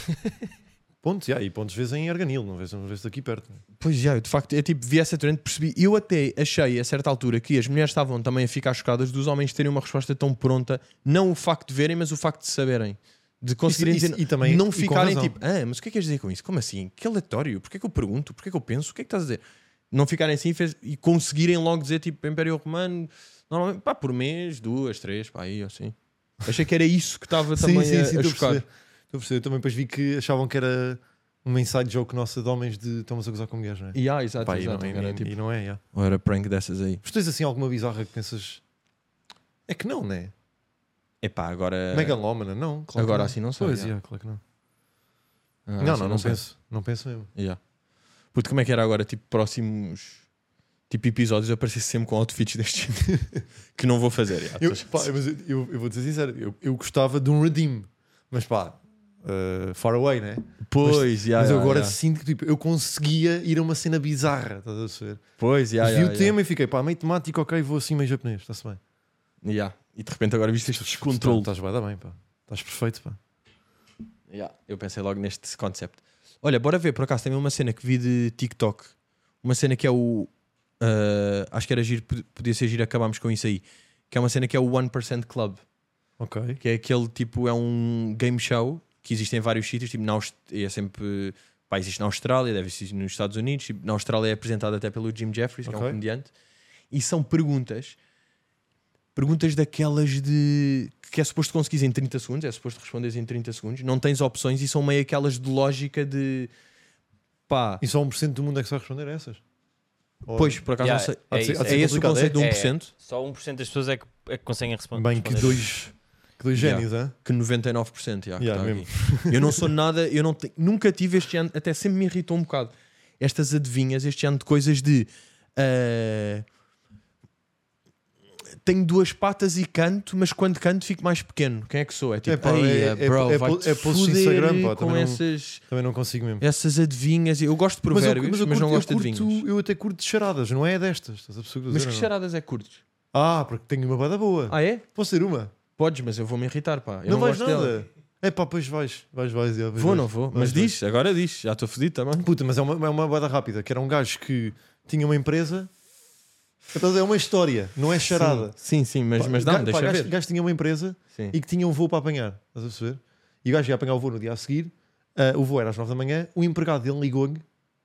S2: Pontos, já, e pontos vês em Arganil, não vês, não vês daqui perto. né?
S1: Pois já, eu de facto, eu tipo, vi essa trend, percebi. Eu até achei a certa altura que as mulheres estavam também a ficar chocadas dos homens terem uma resposta tão pronta, não o facto de verem, mas o facto de saberem. De conseguirem
S2: Isso-
S1: dizer,
S2: isso- e também- e
S1: não
S2: com
S1: ficarem
S2: razão.
S1: tipo, ah, mas o que é que queres dizer com isso? Como assim? Que aleatório? Porquê que eu pergunto? Porquê que eu penso? O que é que estás a dizer? Não ficarem assim fez- e conseguirem logo dizer tipo Império Romano, normalmente, pá, por mês, duas, três, pá, aí assim. Achei que era isso que estava também a, a
S2: estou
S1: chocar.
S2: a perceber. Estou a perceber. Eu também depois vi que achavam que era um inside joke nossa de homens de estamos a gozar com mulheres, não é?
S1: E, ah, exato,
S2: Pá, e
S1: exato.
S2: não, e-
S1: era,
S2: e-
S1: tipo,
S2: e não é, já.
S1: ou era prank dessas aí.
S2: Mas tens assim alguma bizarra que pensas. É que não, né?
S1: Epá, agora.
S2: Megalómana, não. claro que
S1: Agora
S2: É. não.
S1: assim não sei,
S2: Pois,
S1: já.
S2: já, claro que não.
S1: Ah,
S2: não, não,
S1: sim,
S2: não,
S1: sei.
S2: penso. Não penso mesmo.
S1: Yeah. Puto, como é que era agora? Tipo, próximos tipo, episódios eu aparecer sempre com outfits deste género. que não vou fazer. yeah.
S2: Eu, pá, mas eu, eu- eu vou dizer sincero, eu, eu gostava de um redeem, mas pá, uh, far away, né?
S1: Pois, yeah,
S2: mas eu
S1: yeah,
S2: agora
S1: yeah.
S2: sinto que tipo, eu conseguia ir a uma cena bizarra, estás a perceber?
S1: Pois, yeah,
S2: Vi
S1: yeah,
S2: o
S1: yeah.
S2: tema e fiquei, pá, meio temático, ok, vou assim meio japonês, está-se bem.
S1: Yeah. E de repente agora viste este descontrole.
S2: Estás bem, dá bem, pá. Estás perfeito, pá.
S1: Yeah, Eu pensei logo neste concept. Olha, bora ver, por acaso também uma cena que vi de TikTok. Uma cena que é o. ah, acho que era giro, pod- podia ser giro, acabámos com isso aí. Que é uma cena que é o 1% Club.
S2: Ok.
S1: que é aquele tipo, é um game show que existe em vários sítios, tipo, na Aust- é sempre, pá, existe na Austrália, deve existir nos Estados Unidos, tipo, na Austrália é apresentado até pelo Jim Jeffries, que é
S2: Ok.
S1: um comediante, e são perguntas, perguntas daquelas de que é suposto conseguires em 30 segundos, é suposto responderes em 30 segundos, não tens opções e são meio aquelas de lógica de pá,
S2: E só 1% do mundo é que sabe responder a essas? Ou-
S1: pois por acaso
S3: Yeah,
S1: não sei.
S3: é
S1: É,
S3: isso, é
S1: esse o
S2: complicado,
S1: conceito de
S3: é?
S1: 1%,
S3: Só 1% das pessoas é que, é que conseguem respon-
S2: Bem,
S3: responder.
S2: que dois, que dois
S1: Yeah.
S2: génios, hã?
S1: que 99% já, que
S2: Yeah,
S1: tá aqui. eu não sou nada eu não te- nunca tive este ano até sempre me irritou um bocado estas adivinhas este ano de coisas de eh, tenho duas patas e canto mas quando canto fico mais pequeno quem é que sou? é tipo,
S2: É, pá,
S1: "Ei,
S2: é-
S1: eh,
S2: é-
S1: bro,
S2: é- é
S1: vai-te
S2: post- é post
S1: foder
S2: Instagram, pá,
S1: com
S2: também não-
S1: essas,
S2: Também não consigo mesmo.
S1: essas adivinhas eu gosto de
S2: eu-
S1: provérbios É mas,
S2: eu
S1: não
S2: curto- eu
S1: gosto de
S2: curto-
S1: adivinhas
S2: Eu até curto de charadas, não é destas. Estás a perceber o que eu
S1: mas
S2: estou a
S1: que
S2: dizer, não?
S1: charadas é curto?
S2: Ah, porque tenho uma bada boa.
S1: ah é?
S2: Vou ser uma.
S1: podes mas eu vou me irritar pá eu
S2: não,
S1: não,
S2: vais
S1: gosto dela
S2: nada. É pá, pois vais. Vais, vais. já, vais,
S1: vou
S2: vais.
S1: não vou
S2: Vais,
S1: mas
S2: vais.
S1: diz agora diz já estou fodido também
S2: Puta, mas é uma, é uma bada rápida, que era um gajo que tinha uma empresa. Então, é uma história, não é charada.
S1: Sim, sim, mas, mas dá-me,
S2: Ga-
S1: deixa
S2: pá, gajo,
S1: ver.
S2: gajo tinha uma empresa
S1: Sim.
S2: e que tinha um voo para apanhar. Estás a perceber? E o gajo ia apanhar o voo no dia a seguir. ah, o voo era às 9 da manhã. O empregado dele ligou-lhe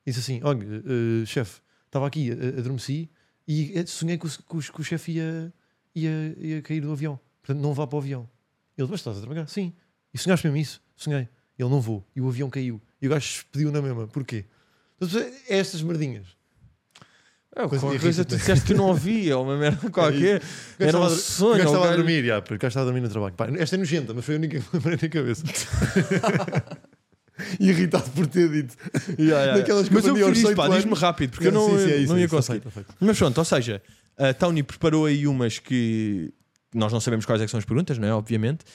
S2: e disse assim: Olha, ah, chefe, estava aqui, ah, adormeci e eh, sonhei que o, que o- que o chefe ia, ia, ia cair do avião. Portanto, não vá para o avião. Ele, mas estás a trabalhar? Sim. E sonhaste mesmo isso? Sonhei. Ele, não vou. E o avião caiu. E o gajo pediu na mesma. Porquê? Estás a perceber? É estas merdinhas.
S1: É,
S2: Coisa
S1: qualquer
S2: de
S1: coisa
S2: irrita-te.
S1: tu disseste que não ouvia, ou uma merda qualquer.
S2: O gajo
S1: Era um
S2: estava a-
S1: sonho.
S2: O gajo
S1: ou
S2: estava a
S1: gajo-
S2: dormir, já, porque o gajo estava a dormir no trabalho. Pá, esta é nojenta, mas foi a única que me lembrei na cabeça. Irritado por ter dito.
S1: Ya, ya, ya.
S2: Naquelas que
S1: Mas eu
S2: aprendi
S1: prefiro
S2: aos
S1: isto,
S2: oito
S1: pá,
S2: anos.
S1: diz-me rápido, porque eu
S2: Sim,
S1: não,
S2: sim, é isso,
S1: não
S2: é
S1: ia
S2: isso,
S1: conseguir.
S2: está feito, está feito.
S1: Mas pronto, ou seja, a Tony preparou aí umas que nós não sabemos quais é que são as perguntas, não é? Obviamente.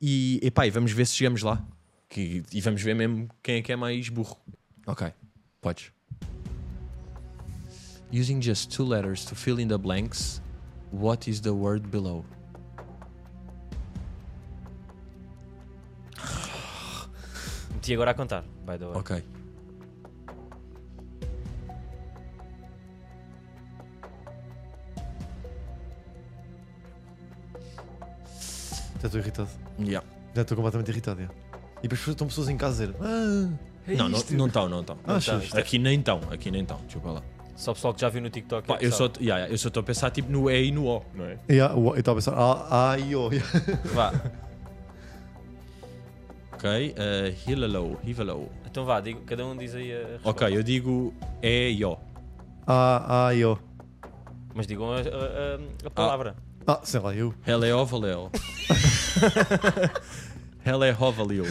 S1: E, epá, e vamos ver se chegamos lá. Que, e vamos ver mesmo quem é que é mais burro. Ok, podes. Using just two letters to fill in the blanks, what is the word below?
S3: Meti agora a contar, by the way.
S1: Ok.
S2: Já estou irritado.
S1: Yeah.
S2: Já estou completamente irritado. já. E depois estão pessoas em casa a dizer. "Ah, é
S1: Não, não
S2: isto."
S1: não estão, não estão.
S2: Achas?
S1: Aqui nem estão, aqui nem estão. Desculpa lá.
S3: Só o pessoal que já viu no TikTok.
S1: Pá,
S3: é que
S1: eu, só,
S3: sabe.
S1: yeah, yeah, eu só estou a pensar tipo no E e no O, não é?
S2: Ya, uau, Eu estava a pensar. Ah, ah, e oh. ya.
S3: Vá,
S1: Ok, uh, hilalo, hilalo.
S3: então vá, digo, cada um diz aí a resposta.
S1: Ok, eu digo E e O.
S2: Ah, ah, e oh.
S3: Mas digam a, a- a- a palavra.
S2: Ah, sei lá, eu.
S1: Heleovaleo. Heleovaleo.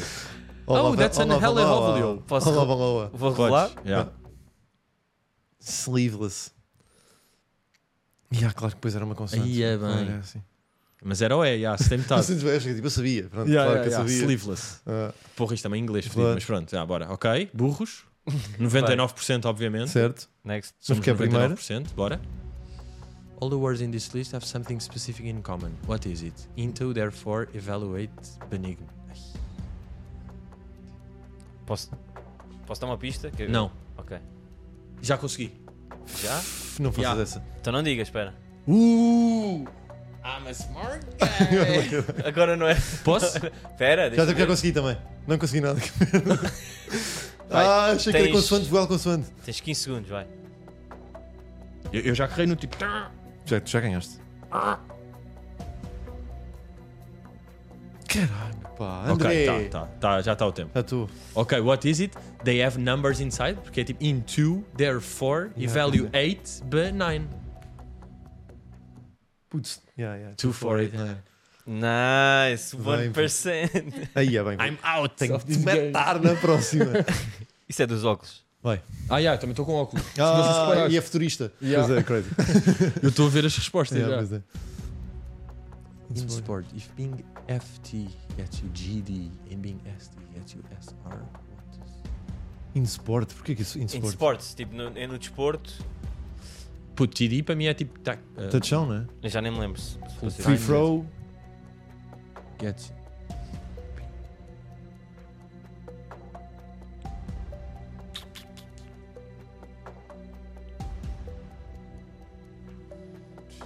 S2: Olá,
S1: Oh, that's an
S2: olá, olá,
S1: hella
S2: olá.
S1: hovelio.
S3: Posso-
S2: Olá, olá, olá.
S3: Vou
S1: Podes,
S3: rolar.
S1: yeah.
S2: Sleeveless. E ah, claro que depois era uma constante.
S1: Aí é bem.
S2: Claro, é assim.
S1: Mas era o E, yeah, se tem
S2: Ah,
S1: metade.
S2: sim, eu achei que, tipo, eu sabia. Pronto,
S1: Yeah,
S2: claro
S1: yeah,
S2: que eu
S1: yeah.
S2: sabia.
S1: Sleeveless.
S2: Ah,
S1: Porra, isto também em inglês, fodido,
S2: Claro.
S1: mas pronto, já, bora. Ok, burros. 99%, obviamente.
S2: certo.
S3: Next.
S1: Somos
S2: Porque é a primeira.
S1: 99%, bora. All the words in this list have something specific in common. What is it? Into, therefore, evaluate, benign.
S3: Posso, posso dar uma pista? Que-
S1: Não,
S3: Ok.
S1: já consegui.
S3: Já?
S2: Pff, Não faças
S1: Yeah.
S2: essa.
S3: Então não digas, espera.
S1: Uh! I'm a smart guy.
S3: Agora não é.
S1: Posso?
S3: Espera,
S2: Já,
S3: deixa.
S2: já
S3: ver.
S2: consegui também. Não consegui nada. ah, achei que era
S3: tens-
S2: consoante, vogal consoante.
S3: Tens 15 segundos, vai.
S1: Eu, eu já carrei no tipo.
S2: Já, já ganhaste.
S3: Ah.
S2: Caralho, pá. André.
S1: Ok, tá, tá, tá, já está o tempo.
S2: A tua.
S1: Ok, what is it? They have numbers inside, porque é tipo into, therefore, evaluate, benign.
S2: Putz. Yeah, yeah.
S1: 2, 4, 8, 9.
S3: Nice,
S2: Vai,
S3: 1%.
S2: Aí é bem. bem.
S1: I'm out. Tenho
S2: Oh, De matar na próxima.
S3: Isso é dos óculos.
S2: Vai.
S1: Ah, yeah, também estou com óculos.
S2: Ah, e é futurista.
S1: Yeah.
S2: Pois é, crazy.
S1: Eu estou a ver as respostas.
S2: Yeah,
S1: já.
S2: pois é.
S1: In sport, if being FT gets you GD and being ST gets you SR, what is
S2: In sport, porquê que isso? In
S3: Em
S2: sport.
S3: sports, tipo, no, é no desporto.
S1: Puto, TD para mim é tipo. Tac, uh,
S2: Touchdown, né?
S3: Eu já nem me lembro. se- se fosse
S2: Free
S1: Time
S2: throw.
S1: gets you.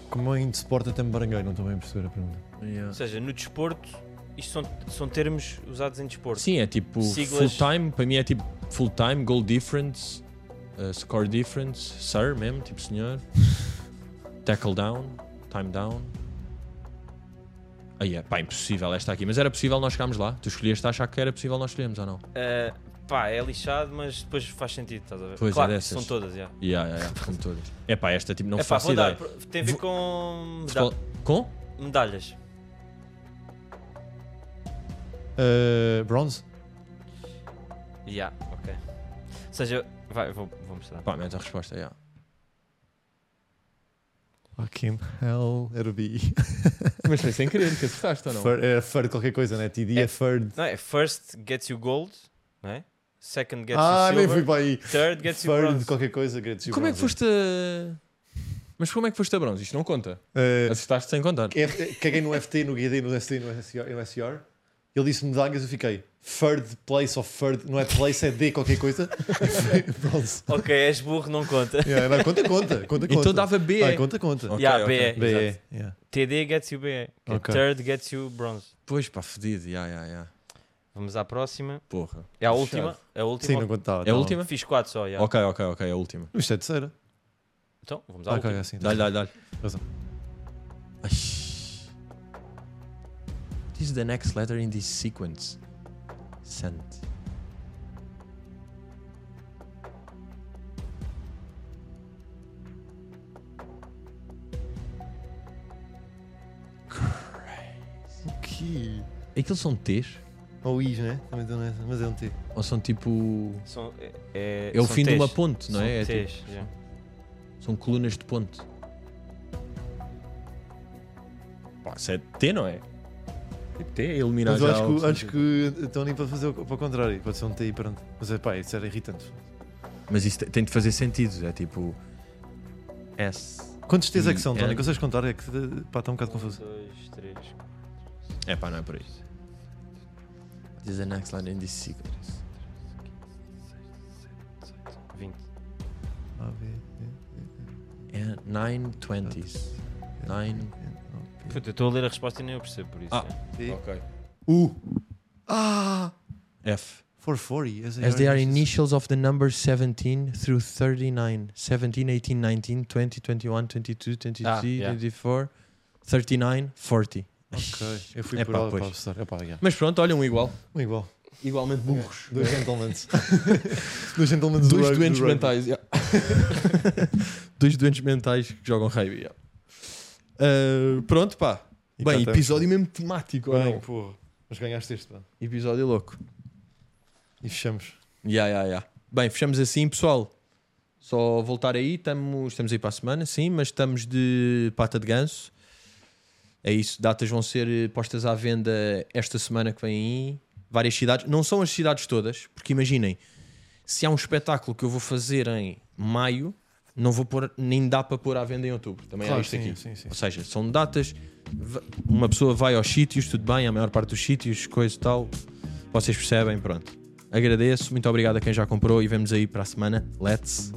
S2: Como é in sport até me baranguei, não estou bem a perceber a pergunta.
S3: Ou seja, no desporto, isto são, são termos usados em desporto.
S1: Sim, é tipo
S3: Siglas.
S1: full time, para mim é tipo full time, goal difference, uh, score difference, sir mesmo, tipo senhor, tackle down, time down. Aí é pá, impossível esta aqui, mas era possível nós chegarmos lá. Tu escolheste a achar que era possível nós escolhermos ou não?
S3: Ah, pá, é lixado, mas depois faz sentido, estás a ver?
S1: Pois, é
S3: claro, que
S1: dessas.
S3: são todas, já.
S1: Yeah, yeah, yeah, como todas. É pá, esta tipo não
S3: É pá,
S1: faço
S3: vou dar.
S1: ideia.
S3: Tem a ver
S1: Vou-
S3: com meda-
S1: Futebol- Com?
S3: medalhas.
S2: Uh, bronze?
S3: Já, ok. Ou seja, vai, vou, vou mostrar.
S1: Pá, mete a resposta, yeah.
S2: Fucking hell, era B.
S1: Mas foi sem querer, que acertaste ou
S2: Fur, era third qualquer coisa, né? TD é,
S3: É.
S2: third.
S3: Não é? First gets you gold, não é? Second gets
S2: Ah,
S3: you
S2: nem
S3: silver.
S2: fui para aí.
S3: Third gets you
S2: Third
S3: bronze.
S2: qualquer coisa, gets you
S1: Como é que
S2: bronze.
S1: foste a... Mas como é que foste a bronze? Isto não conta.
S2: Uh,
S1: Acertaste sem contar.
S2: F- caguei no FT, no GD, no ST, no SR. No SR. Ele disse medalhas, eu fiquei third place ou third, não é place, é D qualquer coisa. bronze.
S3: Ok, és burro, não conta.
S2: Yeah, não, conta, conta, conta, é conta.
S1: Então dava B.
S2: Ah, conta, conta.
S1: Ok,
S3: yeah,
S1: ok.
S3: BE.
S2: B,
S3: exato.
S2: yeah.
S3: TD gets you BE. que é
S2: Ok.
S3: Third gets you bronze.
S1: Pois pá, fedido, ya, ya, ya.
S3: Vamos à próxima.
S1: Porra.
S3: É a última. É a
S2: Sim,
S3: última.
S2: não contava. tá.
S1: É a última?
S3: Fiz quatro só, já.
S1: Ok, ok, ok, é a última.
S2: Isto é a terceira.
S3: Então, vamos à
S2: Ah, ok,
S3: última.
S2: assim.
S1: Dá-lhe, dá-lhe, dá-lhe.
S2: Razão.
S1: Ai. What is the next letter in this sequence? Sant.
S2: então. Que.
S1: Aqueles são T's?
S2: Ou is, né? Também estou nessa, mas é um T.
S1: Ou são tipo.
S3: São- é, é-
S1: É o
S3: são
S1: fim de uma
S3: Ts.
S1: ponte, não
S3: São
S1: é? É tipo-
S3: Ts, já.
S1: São colunas de ponte. Pá, isso é T, não é? Tipo T, é eliminar
S2: Mas eu
S1: já
S2: acho que,
S1: o-
S2: acho que estão nem para fazer o- para o contrário. Pode ser um T e pronto. Mas é pá, isso era irritante.
S1: Mas isso te- tem de fazer sentido. É tipo. S.
S2: Quantos T's é que são,
S1: E-
S2: Tony?
S1: é.
S2: Consegues contar? É que pá, está um bocado confuso.
S3: Um, dois, três.
S1: É pá, não é por isso. Diz a next line in this sequence.
S3: 20.
S2: A, B,
S1: É 920s. 9.
S3: Puta, eu estou a ler a resposta e nem eu percebo por isso.
S1: Ah.
S3: já.
S2: D, E,
S1: Ok.
S2: U. Ah!
S1: F.
S2: 440. As,
S1: As they are initials of the numbers 17 through 39. 17, 18, 19, 20, 21, 22, 23,
S3: Ah, yeah.
S1: 24, 39, 40.
S2: Ok, eu fui
S1: É
S2: por
S1: pá,
S2: ela
S1: pois.
S2: para apostar. É pá, yeah.
S1: Mas pronto, olha um igual.
S2: Igual.
S1: Igualmente burros.
S2: Dois gentlemen. Dois gentlemen do
S1: Dois
S2: rugby- do
S1: doentes
S2: rugby.
S1: mentais. yeah. Dois doentes mentais que jogam rugby. yeah. Ah, pronto, pá.
S2: E cá
S1: Bem,
S2: estamos,
S1: episódio mesmo temático, ou
S2: Bem,
S1: não?
S2: porra. Mas ganhaste este, pá.
S1: Episódio louco.
S2: E fechamos.
S1: Ya, ya, ya. Bem, fechamos assim, pessoal. Só voltar aí, estamos, estamos aí para a semana, sim, mas estamos de pata de ganso. É isso, datas vão ser eh, postas à venda esta semana que vem aí. Várias cidades, não são as cidades todas, porque imaginem, se há um espetáculo que eu vou fazer em maio, não vou pôr, nem dá para pôr à venda em outubro. Também há
S2: Claro,
S1: isto
S2: sim,
S1: aqui.
S2: sim, sim.
S1: Ou seja, são datas, v- uma pessoa vai aos sítios, tudo bem, a maior parte dos sítios, coisa e tal. Vocês percebem, pronto. Agradeço, muito obrigado a quem já comprou e vemos aí para a semana. Let's